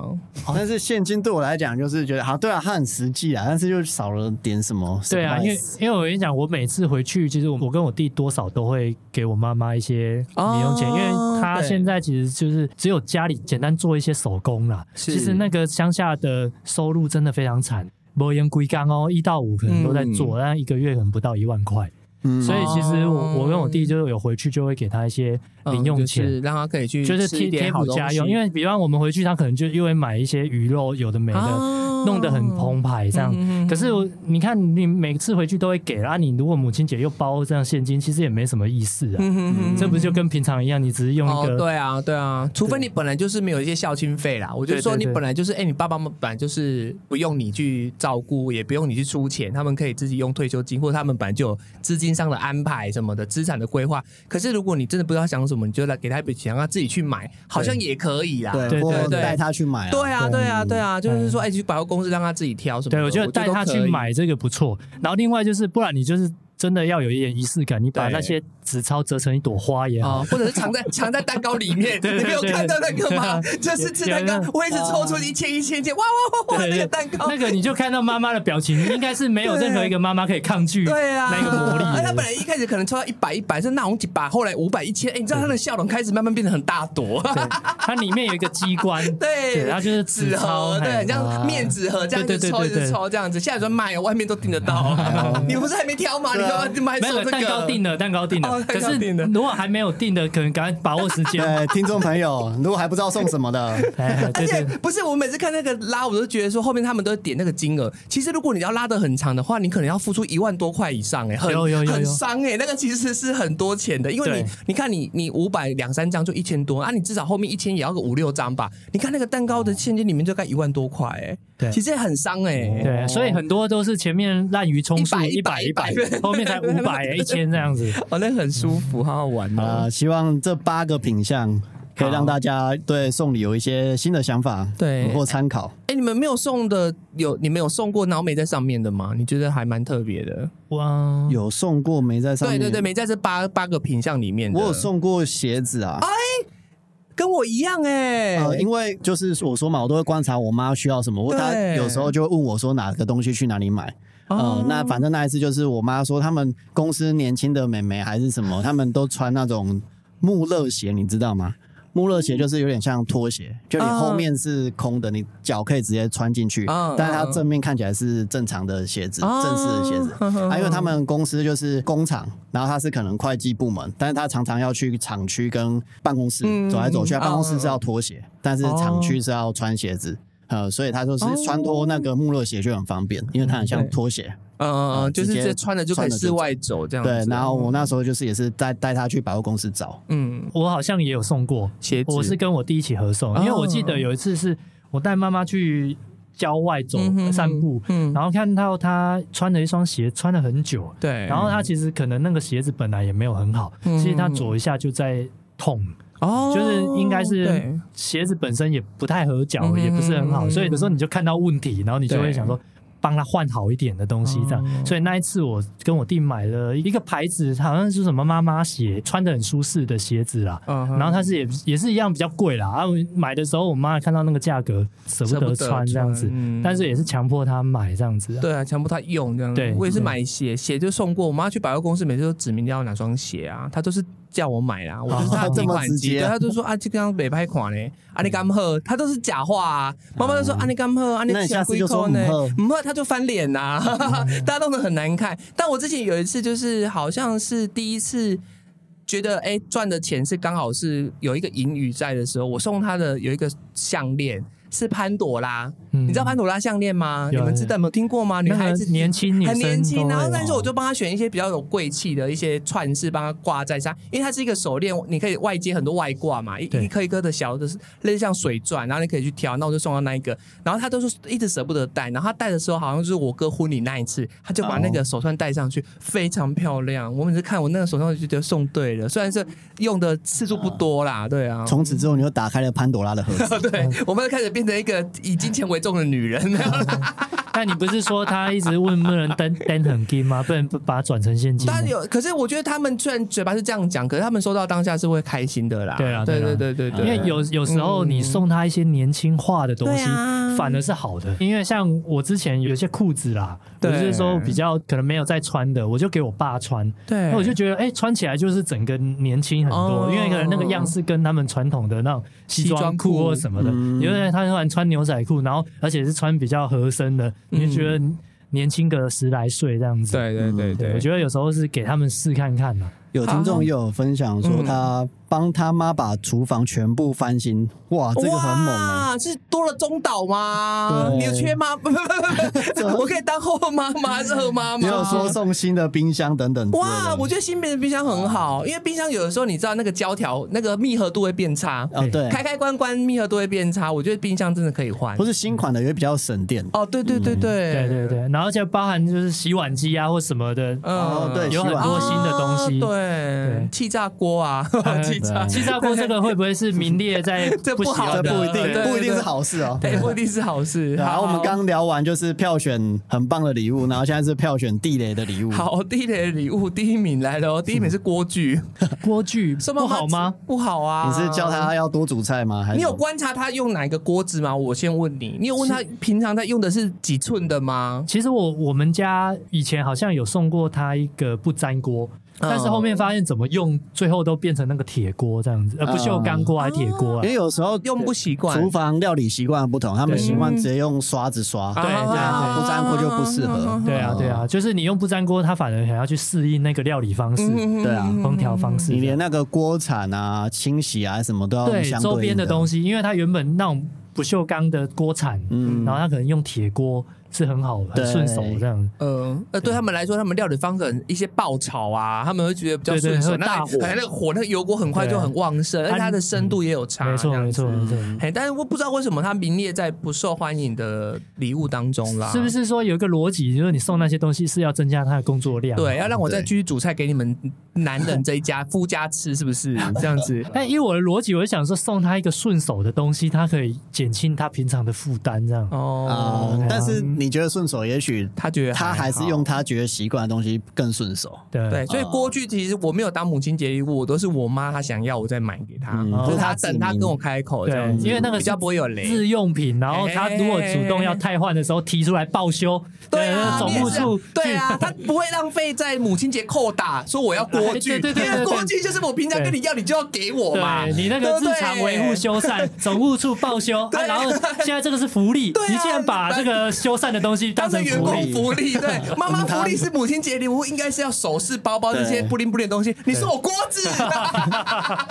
但是现金对我来讲就是觉得好，对啊，它很实际啊，但是就少了点什么。对啊，因为 surprise 因为我跟你讲，我每次回去，其实我我跟我弟多少都会给我妈妈一些哦零用钱，因为他对现在其实就是只有家里简单做一些手工啦。是其实那个乡下的收入真的非常惨，无言归刚哦，一到五可能都在做，嗯但一个月可能不到一万块。嗯所以其实哦我我跟我弟就有回去就会给他一些嗯零用钱。就是让他可以去就是吃贴一点贴好补东家西用，因为比方我们回去，他可能就又会买一些鱼肉，有的没的，啊弄得很澎湃这样。嗯可是我你看，你每次回去都会给啊，你如果母亲节又包这样现金，其实也没什么意思啊。嗯哼哼这不就跟平常一样，你只是用一哦，个对啊，对啊，除非你本来就是没有一些孝亲费啦。我就对对说你对本来就是，哎、你爸爸妈妈本来就是不用你去照顾，也不用你去出钱，他们可以自己用退休金，或者他们本来就有资金上的安排什么的，资产的规划。可是如果你真的不知道想什么，你就来给他一笔钱，让他自己去买，好像也可以啦。对，对或对啊对带他去买啊。对啊，对啊，对啊，就是说，嗯哎、去百货公司让他自己挑什么的。对，我觉得带他去可以，买这个不错。然后另外就是，不然你就是真的要有一点仪式感，你把对那些纸钞折成一朵花也好。哦，或者是 藏在藏在蛋糕里面，对对你没有对看到那个吗？对就是吃蛋有有糕有，啊我一直抽出一千一千一千，哇哇哇哦哇，对那对个蛋糕那，个你就看到妈妈的表情，应该是没有任何一个妈妈可以抗拒对啊，那个魔力而他本的。来一开始可能抽到一百一百，是那红几把，后来五百一千，哎，你知道他的笑容开始慢慢变得很大朵，对，它里面有一个机关， 对对，它就是纸钞盒，，嘿啊对，这样面纸盒这样对对子对抽对一直对嗯抽这样子，现在有在卖，外面都订得到。 你不是还没挑吗？你对啊干嘛买没手有这蛋糕个？定了，蛋糕定哦了。蛋可糕是定了如果还没有定的，可能赶快把握时 间。对，听众朋友，如果还不知道送什么的，哎，而对且对，不是，我每次看那个拉，我都觉得说后面他们都会点那个金额。其实如果你要拉的很长的话，你可能要付出一万多块以上、哎，很有有有很有伤哎、那个其实是很多钱的，因为你对你看你你五百两三张就一千多啊，你至少后面一千也要个五六张吧。你看那个蛋糕的现金里面就该一万多块哎、对其实也很伤哎、对，所以很多都是前面滥竽充数，一百100一百100，后面才五百一千这样子。哦，那个很舒服，好好玩好啊哦。啦，希望这八个品相可以让大家对送礼有一些新的想法，对或参考。哎、你们没有送的有你们有送过脑美在上面的吗？你觉得还蛮特别的。哇，有送过没在上对面？对对，美在这八八个品相里面的，我有送过鞋子啊，跟我一样哎、哦呃，因为就是我说嘛，我都会观察我妈需要什么，我对她有时候就会问我说哪个东西去哪里买。哦呃，那反正那一次就是我妈说他们公司年轻的美眉还是什么，他们都穿那种穆勒鞋，你知道吗？穆勒鞋就是有点像拖鞋，就你嗯后面是空的，你脚可以直接穿进去嗯，但是它嗯正面看起来是正常的鞋子，哦正式的鞋子。 啊，因为他们公司就是工厂，然后他是可能会计部门，但是他常常要去厂区跟办公室嗯走来走去，嗯他办公室是要脱鞋，但是厂区是要穿鞋子。哦呃，所以他就是穿脱那个穆勒鞋就很方便，因为它很像拖鞋。啊嗯嗯，呃就是直接直接穿了就可以室外走这样子。对，然后我那时候就是也是带带他去百货公司找，嗯，我好像也有送过，鞋子我是跟我弟一起合送，因为我记哦得有一次是我带妈妈去郊外走嗯哼散步，嗯然后看到她穿了一双鞋，穿了很久，对，然后她其实可能那个鞋子本来也没有很好，哎嗯其实她左一下就在痛，哦就是应该对是鞋子本身也不太合脚，嗯也不是很嗯好，所以有时候你就看到问题，然后你就对会想说。帮他换好一点的东西，这样。哦所以那一次，我跟我弟买了一个牌子，好像是什么妈妈鞋，穿的很舒适的鞋子啊啦。嗯哼然后它是也也是一样比较贵啦。啊，我买的时候我妈看到那个价格舍不舍不得得穿这样子穿嗯，但是也是强迫她买这样子啊。对啊，强迫他用这样。对我也是买鞋，鞋就送过我妈去百货公司，每次都指明要哪双鞋啊，她都是叫我买 啦，我就是他哦的提这么款直机，接对，他就说啊，这个样北派款呢，啊你干喝，他都是假话啊。妈妈就说啊你干喝，啊你哦那你吃下次就说几块呢唔 喝，不喝他就翻脸呐， 大家弄得很难看。但我之前有一次就是好像是第一次。觉得哎赚、的钱是刚好是有一个盈余在的时候，我送他的有一个项链是潘朵拉，嗯你知道潘朵拉项链吗？有你们知道有没有听过吗？女那孩个子年轻女生哎很年轻，都然后会但是我就帮她选一些比较有贵气的一些串饰，帮她挂在上，因为它是一个手链，你可以外接很多外挂嘛，一对一颗一颗的小的，是类似像水钻，然后你可以去挑，那我就送到那一个，然后她都是一直舍不得戴，然后她戴的时候好像就是我哥婚礼那一次，她就把那个手串戴上去，非常漂亮。我每次看我那个手串就觉得送对了，虽然是用的次数不多啦，对啊。从此之后，你就打开了潘朵拉的盒子。 对，我们就开始变成一个以金钱为重的 女人， 那你不是说他一直问不能 单单很金吗？不能把它转成现金吗？但有，可是我觉得他们虽然嘴巴是这样讲，可是他们收到当下是会开心的啦。对啊对对对啊对对对，因为有有时候你送他一些年轻化的东西，对啊反而是好的。因为像我之前有一些裤子啦，我对就是说比较可能没有在穿的，我就给我爸穿，对，那我就觉得哎、穿起来就是整个年轻很多，哦因为可能那个样式跟他们传统的那种西装西裤装裤或什么的，嗯因为他突然穿牛仔裤，然后而且是穿比较合身的，嗯你就觉得年轻个十来岁这样子。对对嗯对对，我觉得有时候是给他们试看看嘛。有听众也有分享说，嗯他帮他妈把厨房全部翻新，哇，这个很猛哎、哇，是多了中岛吗？对你有缺吗？ 我可以当后妈妈 还是后也妈妈？有说送新的冰箱等等之类的。哇，我觉得新变的冰箱很好，因为冰箱有的时候你知道那个胶条那个密合度会变差，哦对，开开关关密合度会变差，我觉得冰箱真的可以换不。是新款的也比较省电。哦，对对对对嗯对对对，然后就包含就是洗碗机啊或什么的，嗯哦对有很洗碗多机新的东西。哦嗯哦对对，气炸锅 啊，气炸对气炸锅这个会不会是名列在这不不喜好这欢的不一啊对对定，对不一定是好事哦。 对，不一定是好事。啊然后我们刚聊完就是票选很棒的礼物，然后现在是票选地雷的礼物。，好第一类的礼物，第一名来了哦，第一名是锅具，锅具什么不好吗？？不好啊！你是教？他要多煮菜吗？还是你有观察他用哪一个锅子吗？我先问你，你有问他平常他用的是几寸的吗？其实我我们家以前好像有送过他一个不粘锅，但是后面发现怎么用，最后都变成那个铁锅这样子，呃，不锈钢锅还是铁锅啊因？为有时候用不习惯厨。房料理习惯不同，他们对习惯直接用刷子刷。对对啊那不粘锅就不适嗯合。对啊对啊，就是你用不粘锅，它反而还要去适应那个料理方式、对啊烹调方式你这连样。那个锅铲啊、清洗啊什么都要用对相周对边应的的东西。西，因为它原本那种不锈钢的锅铲，嗯然后它可能用铁锅是很好、很顺手对这样。呃呃，对他们来说，他们料理方式很一些爆炒啊，他们会觉得比较对对顺手，会大那火可能那个火那嗯个油锅很快就很旺盛，而且它的深度也有差。没错，这样没子错，没错。哎，但是我不知道为什么它名列在不受欢迎的礼物当中啦，是不？是说有一个逻辑，就是你送那些东西是要增加他的工作量？对，。要让我再对继续煮菜给你们男人这一家夫家吃，是不是这样 子？但依我的逻辑，我就想说送他一个顺手的东西，他可以减轻他平常的负担，这样。啊哦，，但是你觉得顺手，也许他觉得他还是好用他觉得习惯的东西更顺手。对对，所以锅具其实我没有当母亲节礼物，我都是我妈她想要我再买给她，嗯就是哦她等她跟我开口这对样，子，因为那个比是较不会有雷。日用品，然后他如果主动要汰换的时候提出来报修，对那啊，总你也务是啊处对啊，她不会浪费在母亲节扣打，说我要锅具， 对对对对因为对对锅具就是我平常跟你要，你就要给我嘛。对你那对个不对日常维护修缮，总务处报修，对啊、然后现在这个是福利，对啊你竟然把这个修缮的东西当当成成福员利，工福 利，对，妈妈福利是母亲节礼物，应该是要首饰、包包这些对布灵布灵的东西。你送我锅 子，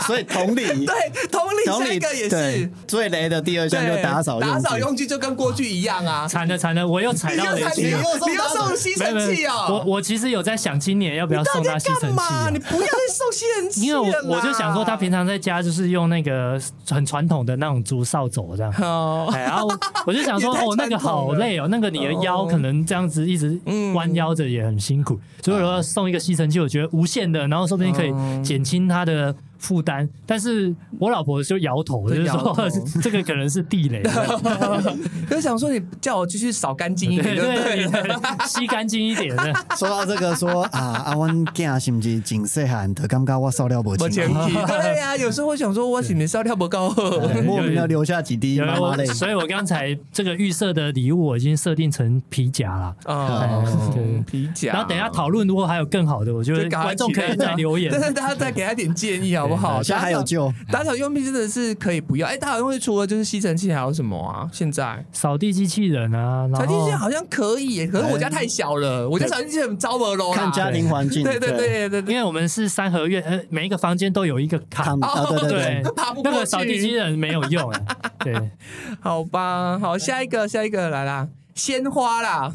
所以同理， 对，同同理下理一个也对是，最雷的第二项就对，打扫打扫具用具就跟锅具一样啊。惨了惨了，我又踩你到又雷才区你了。又你又送吸没有尘没有器我哦，我其实有在想，今年要不要到送底他在吸尘干器、嘛？啊你？不要再送吸尘器因为了啦我我就想说，他平常在家就是用那个很传统的那种竹扫帚 这样。 哦，哎，然后我我就想说，也太哦，那个传统好了累哦，那个你的腰可能这样子一直弯腰哦着也很辛苦，所以我要送一个吸尘器，我觉得无限的，然后说不定可以减轻他的负担，但是我老婆就摇头，就就是摇头说 这个可能是地雷， 对就想说你叫我继续扫干净一对点，对不对？对，对吸干净一点的。说到这个说啊，阿温囝是不是景色汉的？感觉我烧料不啊我前清，提 对呀、有时候会想说，我是不是烧掉不高？对莫名的留下几滴有妈妈我泪，。所以我刚才这个预设的礼物我已经设定成皮夹了。哦，对皮夹。然后等一下讨论，如果还有更好的，我觉就得赶快观众起可来以再留言。 但是大家再给他点建议好不好？现在还有救，打扫用品真的是可以不要。哎、打扫用品除了就是吸尘器，还有什么啊？现在扫地机器人啊，然后扫地机器好像可以耶，可是我家太小了，我家扫地机器很糟了咯啦。看家庭环境。对对对对因对，为我们是三合院，呃，每一个房间都有一个看卡，啊，对对哦对对，，爬不过去那个扫地机器人没有用，哎 对，好吧，好，下一个下一个来啦，鲜花啦，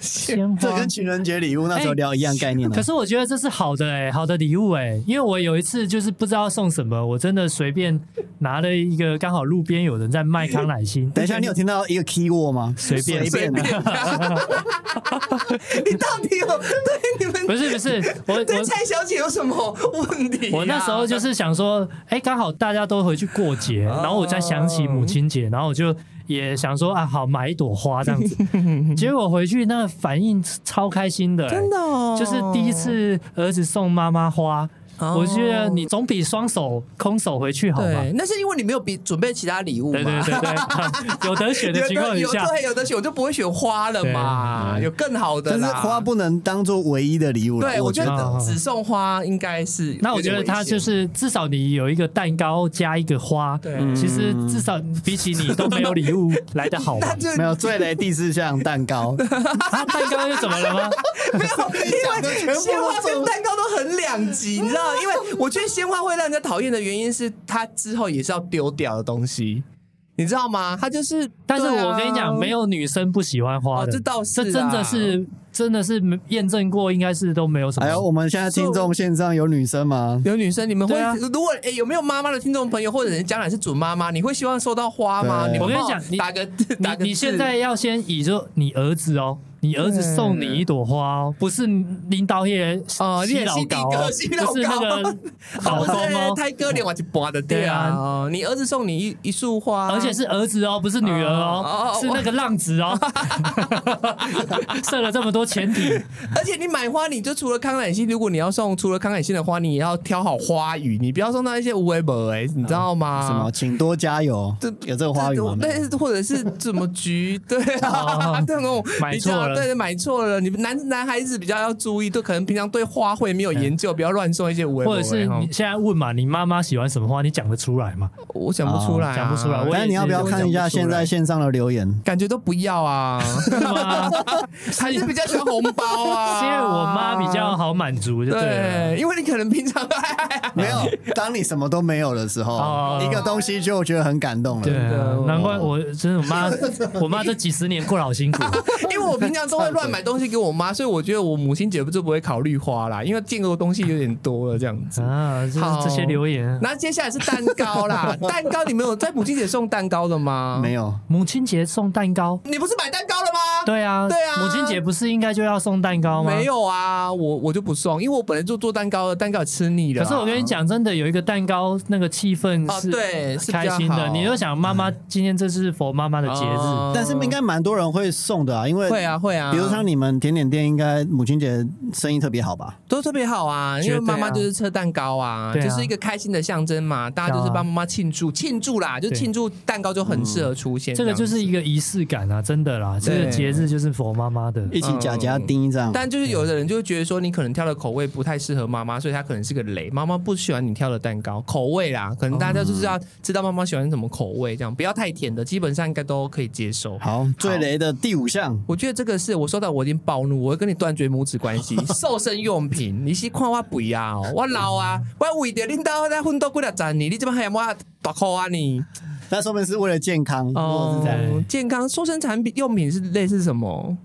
鲜鲜这花跟。情人节礼物那时候聊一样概念哦哎可的。是我觉得这是好的哎、好的礼物哎、因为我有一次就是不知道送什么，我真的随便拿了一个，刚好路边有人在卖康乃馨，等一下，你有听到一个 key word 吗？随便随便啊， 你到底有对你不们是不是，我对我蔡小姐有什么问题、啊我那时候就。是想说，哎、刚好大家都回去过节，哦然后我再想起母亲节，然后我就也想说啊，好买一朵花这样子。 结果回去那个反应超开心的、哎真的、哦，就是第一次儿子送妈妈花，哦我觉得你总比双手空手回去好吧对，？那是因为你没有比准备其他礼物嘛。对对对对，有得选的情有况的有下，对有的选，我就不会选花了嘛，对有更好的但是啦。花不能当做唯一的礼物啦。对，我觉觉得得只送花应该是。那我觉得它 就，是至少你有一个蛋糕加一个花，对其实至少比起你都没有礼物来的好吧 那？就没有最雷第四项蛋糕，啊，蛋糕又怎么了吗？没有，因为鲜花跟蛋糕都很两极，你知道？因为我觉得鲜花会让人家讨厌的原因是，它之后也是要丢掉的东西，你知道吗？它就是，但是对啊我跟你讲，没有女生不喜欢花哦的，这倒是啊这真的是真的是没验证过，应该是都没有什么。哎还有我们现在听众线上有女生吗？ 有女生，你们会、对啊如果哎、有没有妈妈的听众朋友，或者人将来是准妈妈，你会希望收到花吗？对你们我跟你帮讲你打个打个你你字现在要先以就你儿子哦，你儿子对送你一朵花哦，不是领导也哦你也西老高是哦，你哥不是那个老公 哦。泰哥连我就拔的对对啊啊！哦你儿子送你一一束花，而且是儿子哦，不是女儿哦哦哦，是那个浪子 哦，设了这么多前提，而且你买花，你就除了康乃馨，如果你要送除了康乃馨的花，你也要挑好花语，你不要送到一些无为不哎，你知道吗？什么？请多加油这。有这个花语吗？但是或者是什么菊，对啊，哦这种买错了你知道对，买错了。你们男男孩子比较要注意，都可能平常对花卉没有研究，不要乱送一些无为不哦或为者是哈你现在问嘛，你妈妈喜欢什么花，你讲得出来吗？我想不出来啊，哦讲不出来我但是你要不要看一下现在线上的留言？感觉都不 要啊，是吗？还是比较喜欢红包 啊，是因为我妈比较好满足，就对了。对，因为你可能平常 没有，当你什么都没有的时候哦，一个东西就觉得很感动对了。啊的哦，难怪我真的我 妈，我妈这几十年过得好辛苦。因为我平常都会乱买东西给我妈，所以我觉得我母亲节就不会考虑花啦，因为见过的东西有点多了这样子。啊，就是好这些留言。那接下来是蛋 糕啦，蛋糕你们有在母亲节送蛋糕的吗？没，有，母亲节送蛋糕，你不是买蛋糕了吗？对啊，对啊母亲节不是应该就要送蛋糕吗？没。有啊，我我就不送，因为我本来就做蛋糕的，蛋糕也吃腻了可啊。是我跟你讲，真的有一个蛋糕，那个气氛哦是对是比较开心的。好你就想妈妈今天这是佛妈妈的节日，哦但是应该蛮多人会送的啊，因为会啊会啊，比如像你们甜点店，应该母亲节生意特别好吧？都特别好啊，因为绝对啊妈妈就是吃蛋糕啊，对啊啊就是一个开心的象征嘛，大家就是帮妈妈庆祝庆祝啦，就对庆祝蛋糕就很适合出现。这个就是样一子。个仪式感啊，真的啦，这对个节日就是佛妈妈 的。一起假假叮这样。嗯但就是有的人就会觉得说，你可能挑的口味不太适合妈妈，所以她可能是个雷。妈妈不喜欢你挑的蛋糕口味啦，可能大家就是要知道妈妈喜欢什么口味，这样不要太甜的，基本上应该都可以 接受。好，最雷的第五项，我觉得这个是我收到，我已经暴怒，我会跟你断绝母子关系。瘦身用品，你是看我肥啊、哦，我老啊，我为着恁兜在奋斗几啊十年，你怎么还有我大哭啊你？那说明是为了健康，哦，是这样。哦，健康瘦身产品用品是类似什么？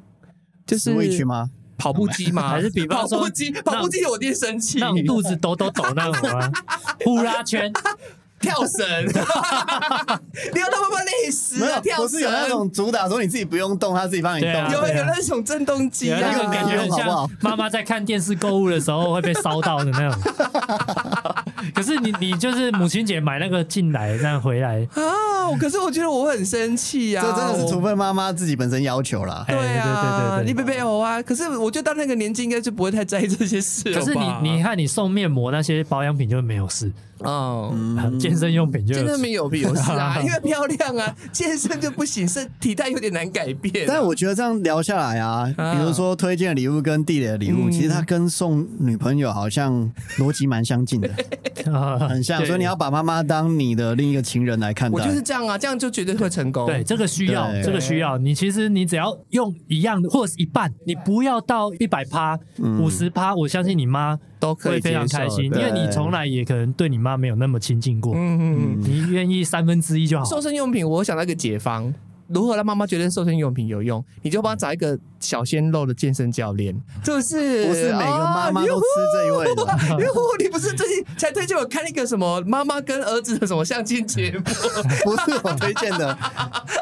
就是 Switch 吗？跑步机吗？ 还是比 跑方说步机？跑步机我一定生气，让肚子抖抖抖那种 啊，呼啦圈，跳 绳，你要让妈妈累死没啊！有，跳不绳是有那种主打说你自己不用动，他自己帮你动。对啊有对有那种震动机啊，那个感觉很好不好 像妈妈在看电视购物的时候会被烧到的那种。可是你你就是母亲节买那个进来，这样回来，啊！可是我觉得我会很生气啊！这真的是我除非妈妈自己本身要求啦。哎对啊，对对对对你被被偶啊！可是我觉得到那个年纪应该就不会太在意这些事了可是吧你你看你送面膜那些保养品就没有事，嗯， 健身用品就有健事 身没有必有 事啊，因为漂亮啊，健身就不行，身体态有点难改变。但我觉得这样聊下来啊，啊比如说推荐的礼物跟地雷的礼物，嗯其实它跟送女朋友好像逻辑蛮相 近的，啊很像。对所以你要把妈妈当你的另一个情人来看我待就。是这样啊，这样就绝对会成功。对，这个需要，对这个需要。你其实你只要用一样的或者是一半，你不要到一百趴、五十趴，我相信你妈都嗯可以会非常接受开心，因对为你从来也可能对你妈没有那么亲近过。嗯嗯嗯。你愿意三分之一就哦好。瘦身用品，我想到一个解方，如何让妈妈觉得瘦身用品有用？你就帮她找一个小鲜肉的健身教练，就是不是每个妈妈啊都吃这一 味的，哟呼，你不是最近才推荐我看那个什么妈妈跟儿子的什么相亲 节目？ 不是我推荐 的，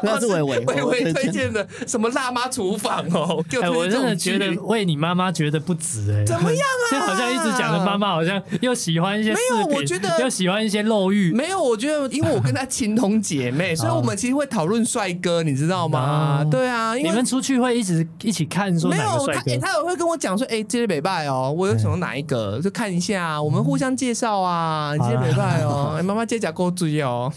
那是伟伟哦伟伟推荐的。荐的什么辣妈厨房 哦？给哎，我我推荐这真的种觉剧得为你妈妈觉得不值哎、怎么样啊 就好像一直讲的妈妈，好像又喜欢一些没有饰品我觉得又喜欢一些肉欲，没有，我觉得因为我跟她情同姐妹，哦所以我们其实会讨论帅哥，你知道吗？哦对啊，因你为们出去会一直一起看说没哪个有帅他，哥哎欸？他也会跟我讲说，哎、这些北拜哦，我有什么哪一个，就看一下啊，嗯我们互相介绍啊，这些北拜 哦，欸妈妈借甲够注意哦，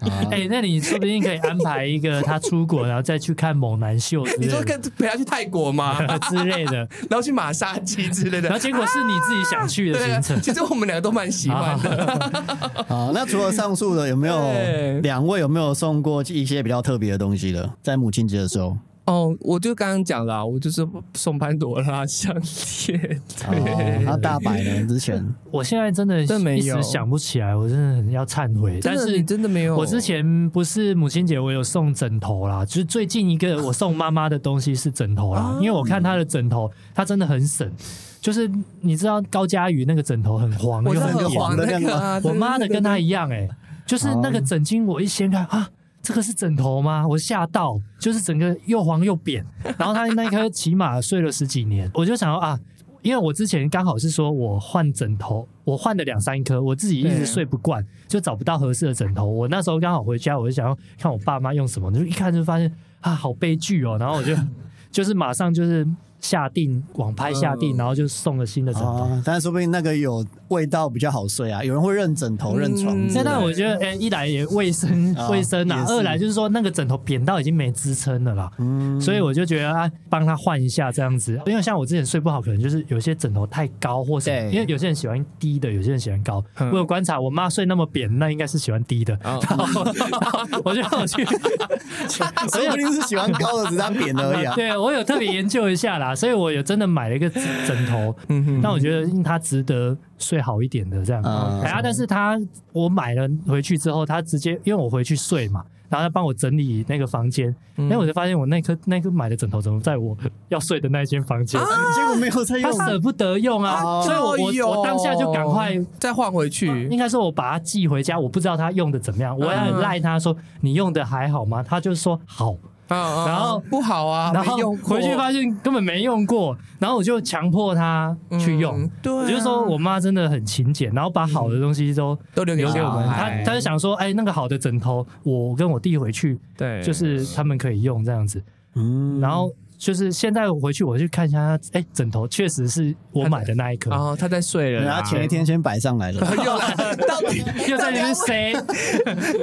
啊哎、那你说不定可以安排一个他出国，然后再去看猛男秀之你类说的呃跟陪他去泰 国嘛，之类 的，然后去马杀鸡之类的然后，结果是你自己想去的对啊，行程。其实我们两个都蛮喜欢的，好，那除了上述的，有没对有两位有没有送过一些比较特别的东西的？在母亲节的时 候，哦，我就刚刚讲了啊，我就是送潘朵拉项 链，哦那大白呢？之前 我现在真的真没一有时想不起来，我真的很要忏悔。真但的是你真的没有，我之前不是母亲节，我有送枕头啦，就是最近一个我送妈妈的东西是枕头哦啦，因为我看她的枕头，她真的很省，就是你知道高佳宇那个枕头很黄我又是很很扁，黄那个啊，我妈的跟她一样哎、就是那个哦枕巾我一掀开啊。这个是枕头吗？我吓到，就是整个又黄又扁。 然后她那一颗起码睡了十几年，我就想要啊，因为我之前刚好是说我换枕头，我换了两三颗，我自己一对直睡不惯，就找不到合适的枕头。我那时候刚好回家，我就想要看我爸妈用什么，就一看就发现啊，好悲剧哦。然后我 就就是马上就是下定网拍下定，嗯然后就送了新的枕头。哦，但是说不定那个有味道比较好睡啊，有人会认枕头、嗯认床之类那的。那我觉得，哎、一来也卫生啊 卫生啊也，是二来就是说那个枕头扁到已经没支撑了啦，嗯所以我就觉得啊，帮他换一下这样子。因为像我之前睡不好，可能就是有些枕头太高或什对么，因为有些人喜欢低的，有些人喜欢高。嗯我有观察，我妈睡那么扁，那应该是喜欢低的。哦然后然后我就有去，说不定是喜欢高的，只是它扁而已啊。 对我有特别研究一下啦，所以我有真的买了一个枕枕头，嗯哼但我觉得嗯它值得睡好一点的这样。嗯哎呀，但是它我买了回去之后，它直接因为我回去睡嘛，然后他帮我整理那个房间，嗯哎、我就发现我那颗那颗买的枕头怎么在我要睡的那间房间？ 结果没有在他啊用，舍不得用啊，哦所以我我我当下就赶快。哎再换回去应。该说，我把它寄回家，我不知道他用的怎么样。我还嗯赖他说你用的还好吗？他就说好，啊然后不好啊，然没后用过回去发现根本没用过，然后我就强迫他去用。嗯对啊我就说我妈真的很勤俭，然后把好的东西都都留给留给我们。小孩她她就想说，哎，那个好的枕头，我跟我弟回去，对，就是他们可以用这样子。嗯然后就是现在我回去我去看一下她，哎，枕头确实是我买的那一颗然，哦后他在睡了啦，哎然后前一天先摆上 来了，又来 到底 又在那边 塞。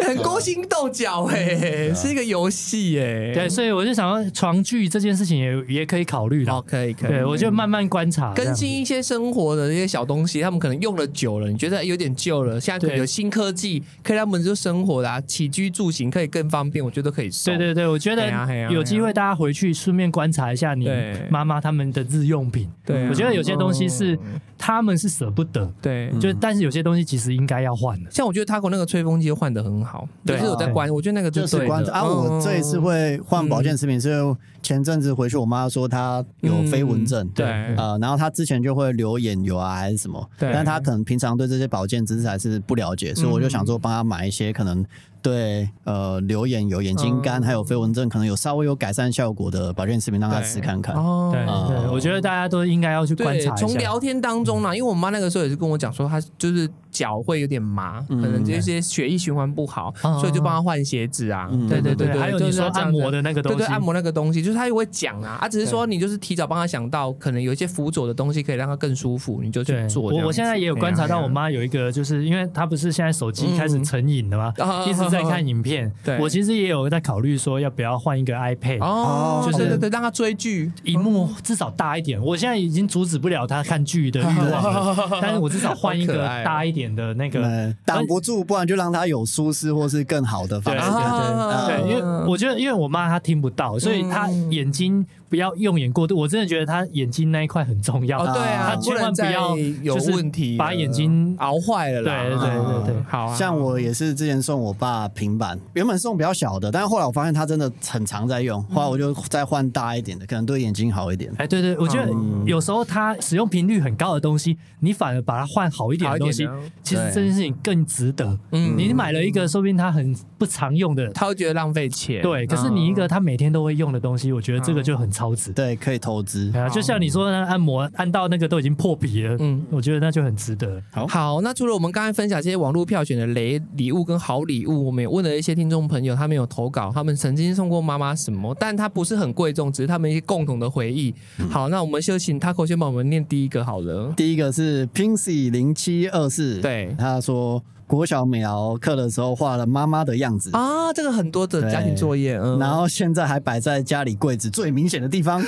很勾心斗角哎、是一个游戏哎，对，所以我就想要床具这件事情也也可以考虑的。哦可以可以，对，我就慢慢观察这样更子。新一些生活的一些小东西，他们可能用了久了，你觉得有点旧了，现在可能对有新科技，可以让他们就生活啦、起居住行可以更方便，我觉得可以送。对对对，我觉嘿呀嘿呀得嘿呀有机会大家回去顺便观察一下你对妈妈他们的日用品。对啊我觉得有些东西是嗯他们是舍不得，对就但是有些东西其实应该要换的。像我觉得 Taco 那个吹风机换的很好，对就是有哦在关，我觉得那个就对是的关注啊。我这一次会换保健食品，是因为前阵子回去，我妈说她有飞蚊症，嗯对呃，然后她之前就会流眼油啊还是什么，对但她可能平常对这些保健知识还是不了解，所以我就想说嗯帮她买一些可能对呃流眼油、眼睛哦干还有飞蚊症可能有稍微有改善效果的保健食品，让她对吃看看。哦对啊对，我觉得大家都应该要去观对察，一从下。嗯聊天当中啦，因为我妈那个时候也是跟我讲说，她就是脚会有点麻，可能这些血液循环不好，嗯所以就帮她换鞋子啊。嗯对对对对，还有就你是说要这样按摩子。的那个东对西，对，按摩那个东西，就是她也会讲啊，她只是说你就是提早帮她想到，可能有一些辅佐的东西可以让她更舒服，你就去对，做这样子。啊我我现在也有观察到，我们妈有一个，就是因为她不是现在手机开始成瘾了吗？嗯一直在看影片。对我其实也有在考虑说，要不要换一个 iPad，、嗯哦哦，就是对对对，让她追剧，荧幕至少大一点。我现在已经阻止不了她看剧的欲望 了，但是我至少换一好个可爱哦大一点的那个。哎嗯挡不住，不然就让他有舒适或是更好的方对式。啊对，因为我觉得，因为我妈她听不到，所以她嗯眼睛不要用眼过度。我真的觉得她眼睛那一块很重要。哦对啊，她千万能不再要有就是问题了，把眼睛熬坏了啦。对对对对啊好啊，像我也是之前送我爸平板，原本送比较小的，但是后来我发现他真的很常在用，嗯后来我就再换大一点的，可能对眼睛好一点。哎，对对，我觉得嗯有时候它使用频率很高的东西，你反而把它换好一点好的一东点哦西的，其实对这件事情更值得。嗯你买了一个，说不定它很不常用的，他会觉得浪费钱。对，可是嗯你一个它每天都会用的东西，我觉得这个就很超值。对，可以投资哎。呀，就像你说那按摩按到那个都已经破皮了，嗯我觉得那就很值得。好，那除了我们刚才分享这些网络票选的雷礼物跟好礼物，我们也问了一些听众朋友，他们有投稿，他们曾经送过妈妈什么，但它不是很贵重，只是他们一些共同的回忆。好，那我们就请 Taco 先帮我们念第一个好了。第一个是 Pinsy 零七二四，对他说国小美劳课的时候画了妈妈的样子，啊，这个很多的家庭作业，嗯，然后现在还摆在家里柜子最明显的地 方，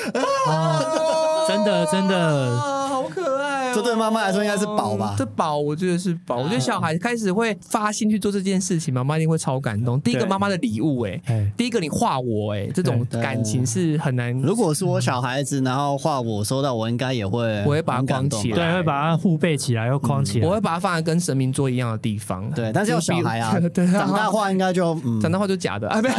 哦真的真的，啊，好可爱哦！这对妈妈来说应该是宝吧这宝我觉得是宝，我觉得小孩开始会发心去做这件事情，妈妈一定会超感动。第一个对妈妈的礼物、哎，哎，第一个你画我、哎，这种对对感情是很难。如果是我小孩子，然后画我收到，我应该也会，我会把它框起来对，会把它护背起来，又框起来。我会把它放在跟神明座一样的地方。，对，但是要小孩啊 对啊长大画应该就嗯，长大后就假 的啊，没有。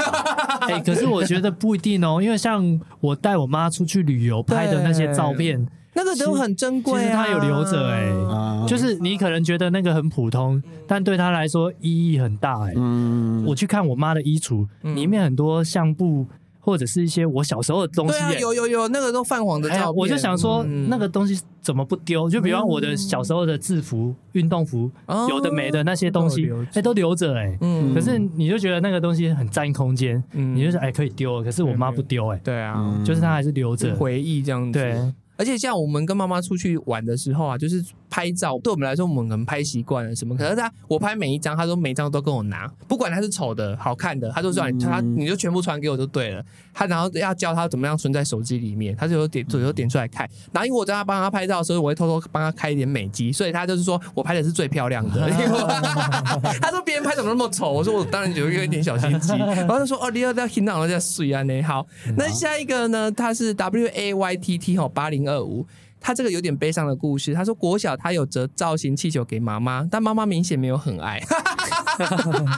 哎、可是我觉得不一定哦，因为像我带我妈出去旅游拍的那些照片，那个都很珍嗯贵、啊，嗯其实它有留着哎啊就是你可能觉得那个很普通，但对她来说意义很大哎、嗯，我去看我妈的衣橱，嗯里面很多相簿或者是一些我小时候的东西、对啊，哎有有有，那个都泛黄的照哎呀，片。我就想说，嗯那个东西怎么不丢？就比方我的小时候的制服、运动服，哦有的没的那些东都西有留着，哎，都留着哎。嗯可是你就觉得那个东西很占空间，嗯你就说哎可以丢了，可是我妈不丢哎，对啊，嗯就是她还是留是着。回忆这样子。对，而且像我们跟妈妈出去玩的时候啊，就是拍照，对我们来说，我们可能拍习惯了什嗯么。可是她，我拍每一张，她说每一张都跟我拿，不管它是丑的、好看的，她就说你她嗯你就全部传给我就对了。她然后要教她怎么样存在手机里面，她就有点左右点出来看。然后因为我在她帮她拍照的时候，我会偷偷帮她开一点美肌，所以她就是说我拍的是最漂亮的。 因为我她说别人拍怎么那么丑，我说我当然有有一点小心机。然后她说哦，你要要听到我在水啊呢。好，那下一个呢？它是 W A Y T T 哈八零二五。他这个有点悲伤的故事。他说国小他有折造型气球给妈妈，但妈妈明显没有很爱。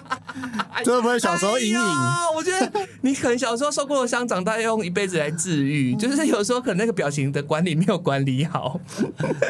这会不会小时候阴影？哎呦我觉得你可能小时候受过的伤，长大要用一辈子来治 愈。就是有时候可能那个表情的管理没有管理好。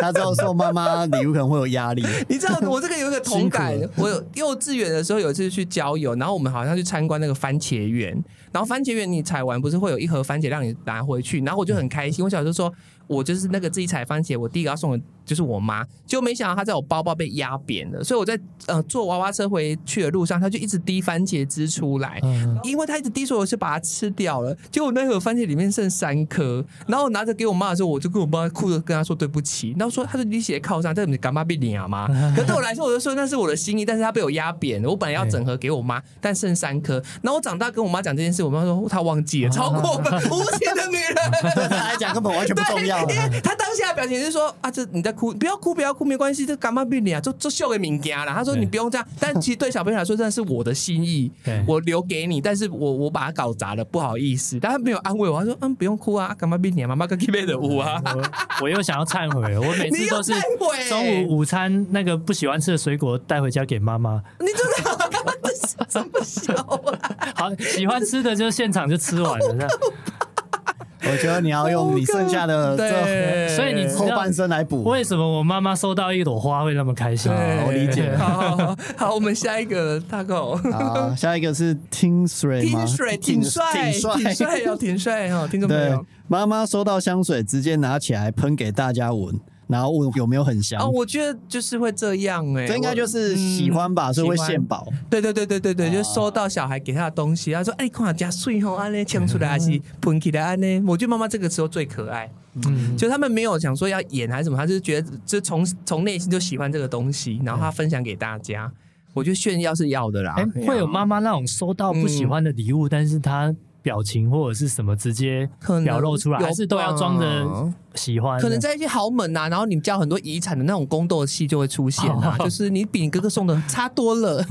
他知道送妈妈礼物可能会有压 力，你知道我这个有一个同 感，我有幼稚园的时候有一次去郊游，然后我们好像去参观那个番茄园，然后番茄园你采完不是会有一盒番茄让你拿回去，然后我就很开心，我小时候说我就是那个自己采番茄，我第一个要送的就是我妈，结果没想到她在我包包被压扁了，所以我在呃坐娃娃车回去的路上，她就一直滴番茄汁出来，嗯，因为它一直滴水，我是把它吃掉了。结果那盒番茄里面剩三颗，然后我拿着给我妈的时候，我就跟我妈哭着跟她说对不起，然后说她说你写靠上，这你干妈被你啊妈。可对我来说，我就说那是我的心意，但是她被我压扁了。我本来要整盒给我妈，但剩三颗。然后我长大跟我妈讲这件事，我妈说她忘记了，超过分，无情的女人。对他来讲根本完全不重要。因为他当下的表情是说啊，这你在哭，不要哭，不要哭，没关系，这干嘛病你啊，就就秀给敏家啦。他说对你不用这 样，但其实对小朋友来说，真的是我的心意对，我留给你，但是我我把它搞砸了，不好意思。但他没有安慰我，他说嗯，不用哭啊，干嘛病你啊，妈妈跟 k i 的舞啊。我我又想要忏悔了，我每次都是你又忏悔中午午餐那个不喜欢吃的水果带回家给妈妈，你真的这是什么笑啊？好喜欢吃的就现场就吃完 了，这样我觉得你要用哎你剩下的这 对，所以你后半生来补。为什么我妈妈收到一朵花会那么开心？对我理解好好好好，我们下一个大狗。好，啊下一个是听水吗？挺帅，挺帅，挺挺帅。帅哦，挺帅哦，听众朋对友。，妈妈收到香水，直接拿起来喷给大家闻。然后问有没有很香啊，。我觉得就是会这样哎、这应该我就是喜欢吧，所以会喜欢献宝。对对对对对对，啊就收到小孩给他的东西，他说：“哎、你看加碎吼，安呢呛出来还嗯是喷起来安呢。”我觉得妈妈这个时候最可爱，嗯，就他们没有想说要演还是什么，他就是觉得就从从内心就喜欢这个东西，嗯然后他分享给大家。我觉得炫耀是要的啦，哎、对啊会有妈妈那种收到不喜欢的礼物，但是她表情或者是什么直接可能表露出来，有还是都要装着吧喜欢的？可能在一些豪门啊，然后你教很多遗产的那种宫斗戏就会出现啊，哦就是你比你哥哥送的差多了。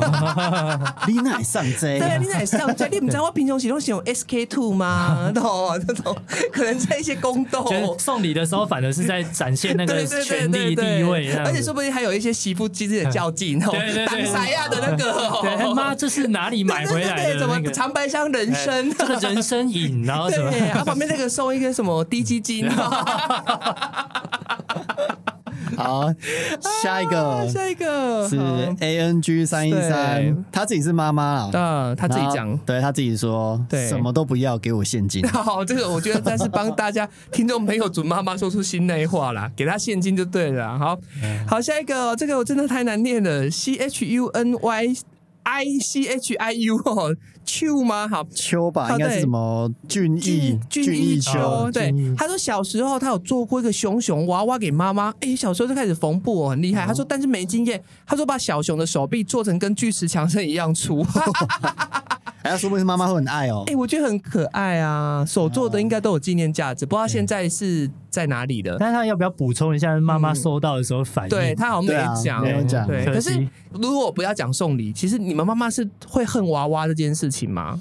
你奶上 J，哎对啊，你哪上家？你不知道我平常时都是用 SK two 吗？懂这种可能在一些宫斗。觉得送礼的时候，反而是在展现那个哦 对对对权对力地位对，这样子，而且说不定还有一些媳妇之间的较劲哦对对对，挡对啥呀的那个哦，对，哎妈，这是哪里对买回来对对对的？怎那么个哎长白山人参？啊这个人参饮，然后什么？ 对，啊，旁边那个送一个什么低基金，啊 好，下一个下一个是啊好 A N G 三一对三，她自己是妈妈啊，啊，他自己然讲后。对她自己说，对。什么都不要，给我现金好，这个我觉得但是帮大家听众朋友准妈妈说出心内话啦，给她现金就对了。好，好，下一个、哦，这个我真的太难念了，C H U N Y I C H I U 哦，秋吗？好。秋吧，好应该哦对是什么俊逸俊俊逸秋，哦对俊逸，他说小时候他有做过一个熊熊娃娃给妈妈，哎、小时候就开始缝布、哦，很厉害。他说，但是没经验，他说把小熊的手臂做成跟巨石强森一样粗， 哎，她说不定是妈妈会很爱哦哎、。我觉得很可爱啊，手做的应该都有纪念价值，不知道现在是在哪里了。但是他要不要补充一下妈妈收到的时候反应？嗯对他好像没对啊讲，没有讲对，可可惜是如果不要讲送礼，其实你们妈妈是会恨娃娃这件事情吗？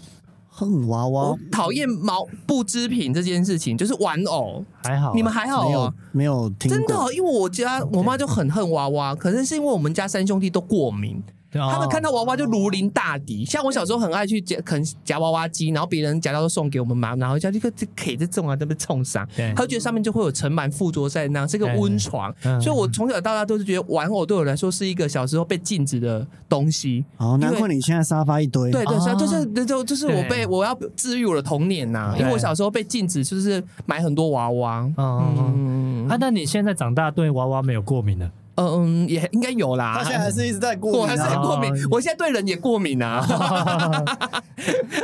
哼，娃娃我讨厌毛布织品这件事情，就是玩偶。还好啊，你们还好没哦有，没有听真的过哦、，因为我家我妈就很恨娃娃，可是是因为我们家三兄弟都过敏，哦他们看到到娃娃就如临大敌。像我小时候很爱去夹啃夹娃娃机，然后别人夹到都送给我们妈，然后家就个这给这种啊，这被冲伤。对他就觉得上面就会有尘螨附着在那，是个对温床。嗯所以我从小到大都是觉得玩偶对我来说是一个小时候被禁止的东西。哦，难因怪你现在沙发一堆。对对，所以啊就是就就就是对我被我要治愈我的童年呐、对因为我小时候被禁止就是买很多娃娃。嗯嗯嗯嗯啊，那你现在长大对娃娃没有过敏了？嗯嗯，也应该有啦。她现在还是一直在我过还敏是很啊。过敏哦，我现在对人也过敏啊。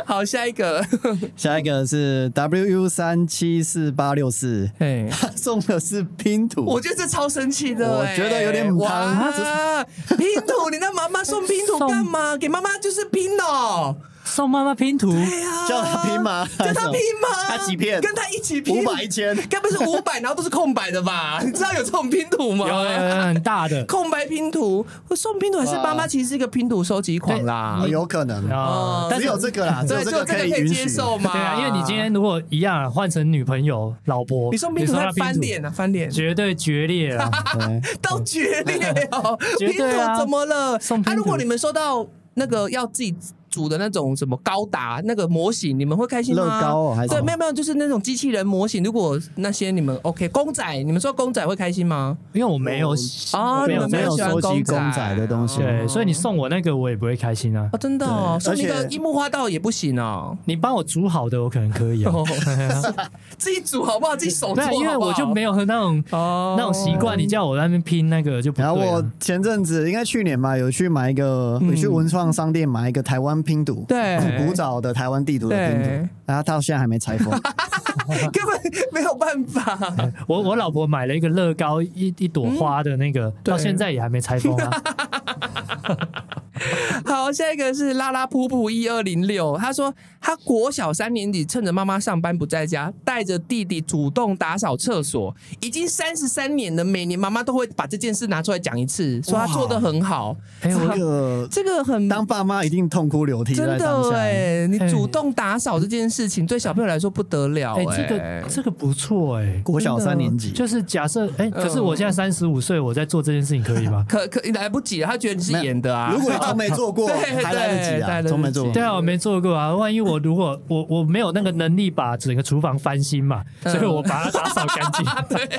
好，下一个，下一个是 W U 三七四八六四，嘿，她送的是拼图，我觉得这超生气的、我欸觉得有点母汤哇，拼图，你让妈妈送拼图送干嘛？给妈妈就是拼哦，送妈妈拼图，对呀、叫她拼吗？跟他拼吗？他几片跟他一起拼，五百一，千，该不是五百，然后都是空白的吧？ 你知道有这种拼图吗？有有有很大 的空白拼图，我送拼图还是哇妈妈其实是一个拼图收集狂啦哦。有可能。啊，哦但只有这个啦，只有对，这就个这个可以以允接许。受嘛？对啊，因为你今天如果一样换成女朋友、老婆，你送拼图她他翻，脸啊，翻脸绝对决裂啊了。对到决裂哦！ 绝拼对啊图怎么了？送拼啊，图如果你们收到那个要自己组的那种什么高达那个模型，你们会开心吗？乐高哦还是对，什么没有没有，就是那种机器人模型。如果那些你们 OK 公仔，你们说公仔会开心吗？ 因为我没有啊，没你有们没有喜欢收集仔公仔的东西对，所以你送我那个我也不会开心啊。哦，真的哦，对送你一而个且樱木花道也不 行哦。你帮我煮好的，我可能可以啊。自己组好不好？自己手哦做对啊，好不好因为我就没有那种哦那种习惯，你叫我在那边拼那啊个就不对然后我了。前阵子应该去年吧，有去买一个，有去文创商店买一个台湾拼图，嗯对古早的台湾地图的拼对图，然后到现在还没拆 封。 根本没有办法。我我老婆买了一个乐高一一朵花的那个，对到现在也还没拆封啊。 好，下一个是拉拉噗噗一二零六，他说他国小三年级，趁着妈妈上班不在家，带着弟弟主动打扫厕所，已经三十三年了，每年妈妈都会把这件事拿出来讲一次，说他做的很好，哎，这我个这个很当爸妈一定痛哭流涕真在当的下。哎、你主动打扫这件事情对小朋友来说不得了哎、？哎这个这个不错哎。国小三年级，就是假设哎，可是我现在三十五岁，我在做这件事情可以吗可可来不及了，他觉得你是没有演的啊。如果你从没做过，对还来得及对来啊，得从没做及过对。啊，我没做过啊。万一我如果我我没有那个能力把整个厨房翻新嘛，嗯所以我把它打扫干 净。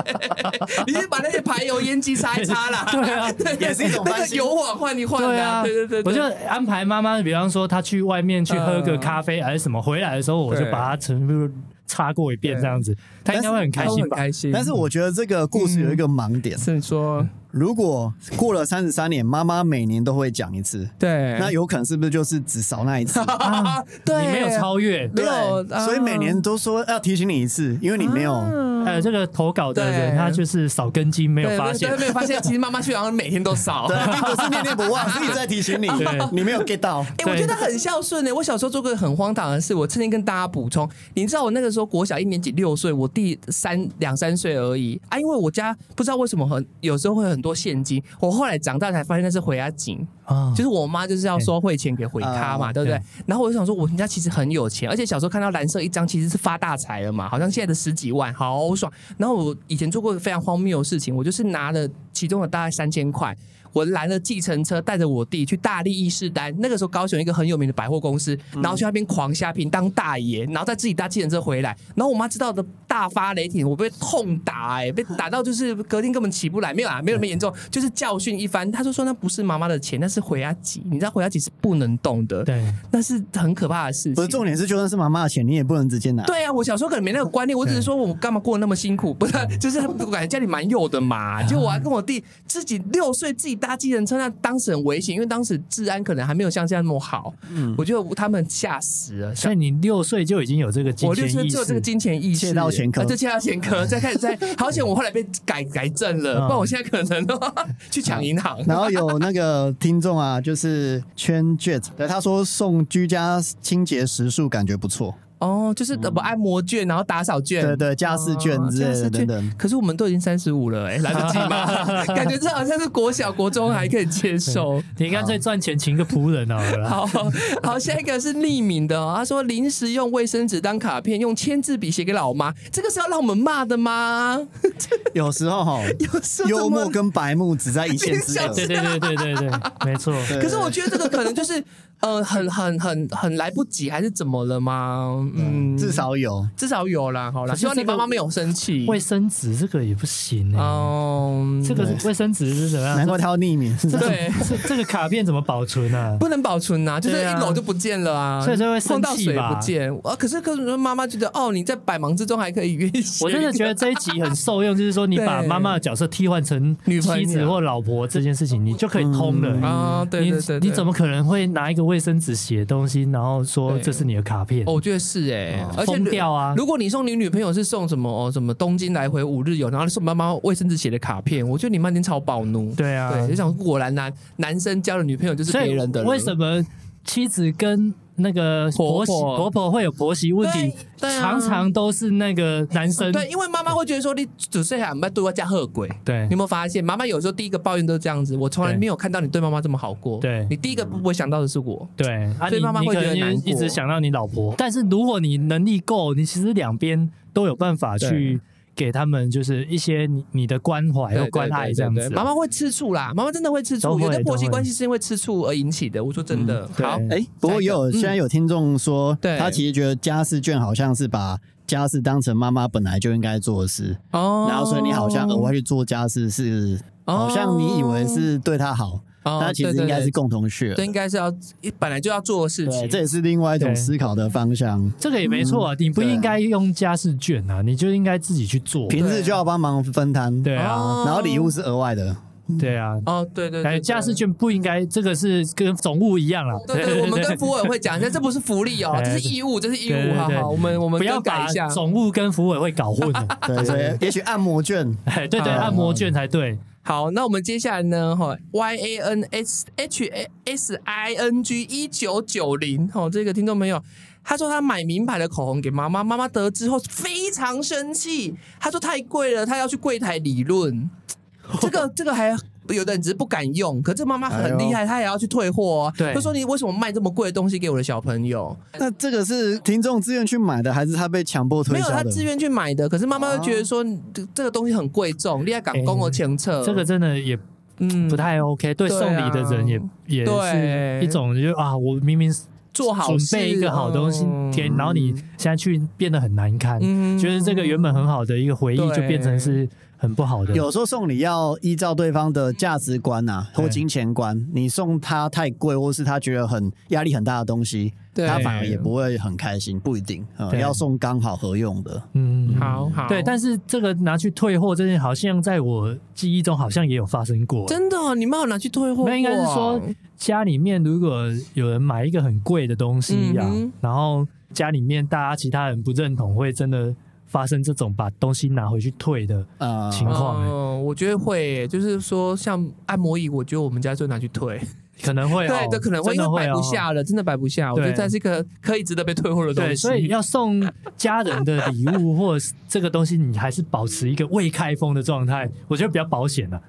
你是把那些排油烟机擦一 擦啦，对 啊，也是一种那翻个新油网换一换对啊，啊，对对对，对我就安嗯排妈妈，比方说她去外面去喝个咖啡还是什么，回来的时候我就把它全部擦过一遍这样子，他应该会很开他心会很吧？开心。但是我觉得这个故事有一个盲点，嗯是嗯说，如果过了三十三年，妈妈每年都会讲一次，对，那有可能是不是就是只少那一次？ 啊，对你没有超越。 没对有，啊所以每年都说要提醒你一次，因为你没有。呃，这个投稿的人对他就是少根筋，没有嗯对发现对，没有发现，其实妈妈去好像每天都 扫。对，啊并不是念念不忘，是一直在提醒你对，你没有 get 到。哎、我觉得很孝顺呢、欸我小时候做过很荒唐的事，我趁机跟大家补充。你知道我那个时候国小一年级六岁，我弟三两三岁而已啊。因为我家不知道为什么很有时候会很多现金，我后来长大才发现那是回家金，哦啊就是我妈就是要哎收汇钱给回他嘛，嗯对不对嗯？然后我就想说，我们家其实很有钱，而且小时候看到蓝色一张其实是发大财了嘛，好像现在的十几万，好爽。然后我以前做过一个非常荒谬的事情，我就是拿了其中的大概三千块。我拦了计程车，带着我弟去大力伊士丹，那个时候高雄一个很有名的百货公司，然后去那边狂瞎拼当大爷，然后再自己搭计程车回来。然后我妈知道的大发雷霆，我被痛打、哎，被打到就是隔天根本起不来，没有啊，没有那么严重，就是教训一番。她就说那不是妈妈的钱，那是回家挤，你知道回家挤是不能动的，对，那是很可怕的事不情是。重点是，就算是妈妈的钱，你也不能直接拿。对啊，我小时候可能没那个观念，我只是说我干嘛过得那么辛苦， 不是，啊就是我感觉家里蛮有的嘛。就我还跟我弟自己六岁自己搭计程车，那当时很危险，因为当时治安可能还没有像现在那么好。我觉得他们吓死了。所以你六岁就已经有这个金啊我六钱岁意就有这个识，金钱意识，窃盗前科 啊就窃盗前科，再开始在，好险我后来被改改正了，嗯不然我现在可能去抢银行。然后有那个听众啊，就是圈 Jet，对他说送居家清洁时数感觉不错，哦，就是我按摩券，然后打扫券，对对，家事卷之类哦家事的等券等。可是我们都已经三十五了、哎，来得及 吗？感觉这好像是国小、国中还可以接受。嗯你干脆赚钱请个仆人好了啦。好好，下一个是匿名的、哦，他说临时用卫生纸当卡片，用签字笔写给老妈，这个是要让我们骂的吗？有时候哈，有时候幽怎么默跟白目只在一线之隔 你。对对对对对对，没错。对可是我觉得这个可能就是呃，很很很很来不及，还是怎么了吗？嗯，至少有，至少有啦，好啦，可是希望你这个妈妈没有生气。卫生纸这个也不行哎，哦，这个是卫生纸是怎么难样？怪他要匿名。是吧对。这这个卡片怎么保存啊？不能保存啊，就是对一啊楼就不见了啊，所以就会碰生到气水吧不见啊。可是可是妈妈觉得哦，你在百忙之中还可以约一些 我真的觉得这一集很受用，就是说你把对妈妈的角色替换成女朋友妻子或老婆这件事情，你就可以通了。啊，对对对，你你对怎？么可能会拿一个卫生纸写东西，然后说对这是你的卡片哦，？我觉得是哎，而且疯掉啊如果你送你女朋友是送什么哦，什么东京来回五日游，然后送妈妈卫生纸写的卡片，我觉得你妈一定超暴怒。对啊，对，就想果然男男生交了女朋友就是所以别人的了，为什么妻子跟那个婆婆媳婆婆婆会有婆媳问题对？对啊常常都是那个男生对，因为妈妈会觉得说你只是想对我家喝鬼。对你有没有发现，妈妈有时候第一个抱怨都是这样子？我从来对没有看到你对妈妈这么好过。对你第一个嗯不会想到的是我。对，啊所以你妈妈你会可觉得能难过一直想到你老婆，但是如果你能力够，你其实两边都有办法对去给他们就是一些你你的关怀对和关爱这样对对子啊。对对妈妈会吃醋啦，妈妈真的会吃醋。都会有的婆媳都会嗯关系是因为吃醋而引起的。我说真的，对好，哎、不过也有现在有听众说，对他其实觉得家事卷好像是把家事当成妈妈本来就应该做的事，哦然后所以你好像额外去做家事是，哦好像你以为是对他好，哦但其实应该是共同血对对对这应该是要本来就要做的事对，情。这也是另外一种对思考的方向。这个也没嗯错啊，你不对啊应该用家事卷啊，你就应该自己去做。平时就要帮忙分摊，对哦啊，然后礼物是额外的。对啊，哦，对对感觉对，对家事。卷不应该，这个是跟总务一样啦。对对，我们跟服委会讲一下，这不是福利哦，对这对是义务，这是义对务。对好对好，我们我们不要更改把一下。总务跟服委会搞混了。 对，所以也许按摩券哎，对对，啊按摩卷才对。好，那我们接下来呢？哈，Y A N S H A S I N G 一九九零，哦，这个听众朋友，他说他买名牌的口红给妈妈，妈妈得知后非常生气，他说太贵了，他要去柜台 理论。这个这个还有的人只是不敢用，可这妈妈很厉害，她也要去退货、哦。哎对她说你为什么卖这么贵的东西给我的小朋友？那这个是听众自愿去买的，还是他被强迫没推有，销她的？自愿去买的，可是妈妈会觉得说这这个东西很贵重，你还敢跟我前策？哦哎这个真的也嗯不太 OK，对对啊送礼的人也也对是一种，就是啊，我明明做好准备一个好东西给你，然后你现在去变得很难堪，嗯觉得这个原本很好的一个回忆对就变成是很不好的。有时候送礼要依照对方的价值观呐、啊，或对金钱观，你送他太贵，或是他觉得很压力很大的东西，对他反而也不会很开心，不一定。呃、对要送刚好合用的，嗯，好好，对，但是这个拿去退货这件，好像在我记忆中好像也有发生过。真的哦、你们有拿去退货过哦？那应该是说家里面如果有人买一个很贵的东西呀、嗯哼然后家里面大家其他人不认同，会真的发生这种把东西拿回去退的。呃，情况欸嗯，我觉得会，就是说像按摩椅，我觉得我们家就拿去退，可能会、哦，对，这可能会因真的为会摆哦不下了，真的摆不下。我觉对得这是一个可以值得被退货的东对，西，所以要送家人的礼物或者是这个东西，你还是保持一个未开封的状态，我觉得比较保险的、啊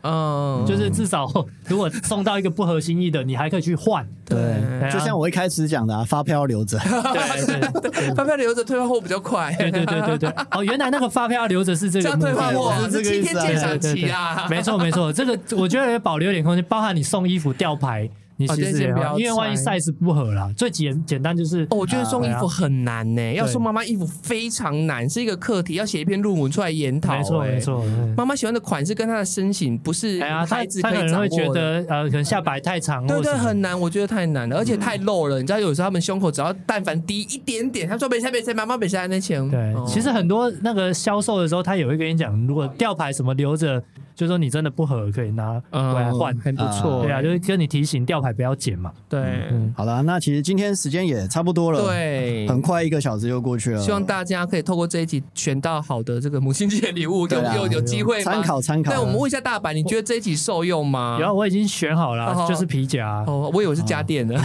嗯，就是至少如果送到一个不合心意的，你还可以去 换。对。就像我一开始讲的、啊， 发票要留 着。对对对发票留着退换货比 较快，对对对对对。哦，原来那个发票留着是这个这样目退的换货我是这这个七意天思啊鉴赏对对期对啊，没错没错，这个我觉得也保留一点空间，包含你送衣服吊牌，你哦其这实些也不要要因为万一拆 size 不合啦，最简简单就是哦，我觉得送衣啊服很难呢、要对送妈妈衣服非常难，是一个课题，要写一篇论文出来研讨、没错哎没。错。嗯妈妈喜欢的款式跟她的身形不是哎呀，他孩子他可可以能掌会握觉的。得呃，可能下摆太长对或对，什么很难，我觉得太难了，而且太露了。你知道，有时候他们胸口只要但凡嗯低一点点，他说别下别下，妈妈别下那钱。对，哦其实很多那个销售的时候，他也会跟你讲，如果吊牌什么留着，就说你真的不合，可以拿回来换。嗯很不错。欸对啊，就是跟你提醒吊牌不要剪嘛。对嗯，好啦，那其实今天时间也差不多了，，对。很快一啊个小时就过去了。希望大家可以透过这一集选到好的这个母亲节礼物，有对啊有有机会吗参。考参考。啊对，我们问一下大阪，你觉得这一集受用吗？然后我已经选好了哦，就是皮夹。啊嗯哦，我以为是家电 的，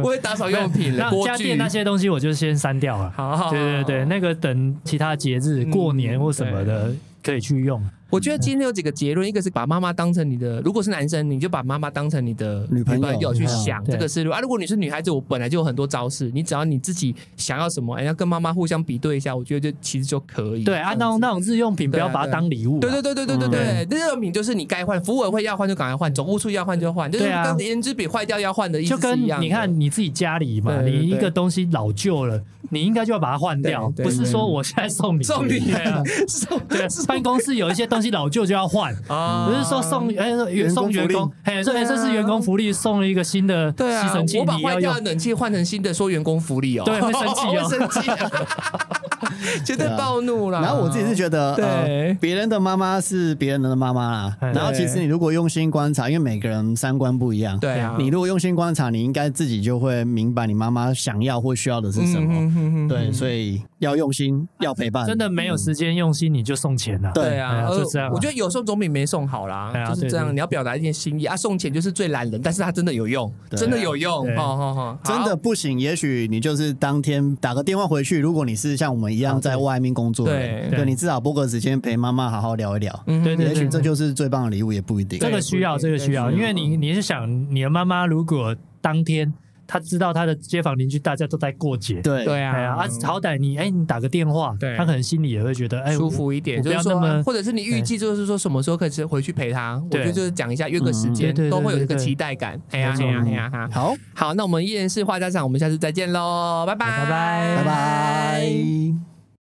我以为打扫用品了，那锅家具电那。些东西我就先删掉了。好好，好对对对，，那个等其他节日、嗯过年或什么的可以去用。我觉得今天有几个结论，一个是把妈妈当成你的，如果是男生，你就把妈妈当成你的女朋友去嗯想，对这个是啊。如果你是女孩子，我本来就有很多招式，你只要你自己想要什么，哎，要跟妈妈互相比对一下，我觉得就其实就可以。对啊，那种那种日用品不要把它当礼物啊。对对对对对对对，日用品就是你该换，服委会要换就赶快换，总务处要换就换，就是对啊跟颜值笔坏掉要换的意思就是跟一样的。你看你自己家里嘛，对对你一对个东西老旧了，你应该就要把它换掉，对对不是说我现在送你送你对啊， 送对，办公室有一些东西老旧就要换，啊不是说送哎员工送员福工利，哎说哎对啊这是员工福利，送了一个新的吸对啊尘，器，我把你坏要掉用的。冷气换成新的，说员工福利哦，对会生气哦会生气、绝对暴怒啦。然后我自己是觉得，对呃，别人的妈妈是别人的妈妈啦。哎然后其实你如果用心观察，因为每个人三观不一样，对啊，你如果用心观察，你应该自己就会明白你妈妈想要或需要的是什么。么对，所以要用心，要陪伴。真的没有时间用心，你就送钱了。对对哎啊呀，呃就这样啊我觉得有时候总比没送好啦哎，呀就是这对对样。你要表达一点心意啊，送钱就是最懒人，但是他真的有用，对真的有用对，好好好，真的好。不行，也许你就是当天打个电话回去。如果你是像我们一样在外面工作的人，对对你至少拨个时间陪妈妈好好聊一聊。嗯对对也许这就是最棒的礼物，也不一定。这个需要，对这个需要，对因为你你是想你的妈妈如果当天她知道她的街坊邻居大家都在过节，对对哎呀，啊，，啊好歹你哎，你打个电话，对他可能心里也会觉得哎舒服一点，我就是我不要那说，么或者是你预计就是说什么时候可以回去陪他，我对觉得就是讲一下约个时嗯对间对，对都会有一个对对期待感。哎呀没错哎呀哎呀啊哈！好，好，那我们依然是画家长，我们下次再见喽，拜拜拜拜拜拜。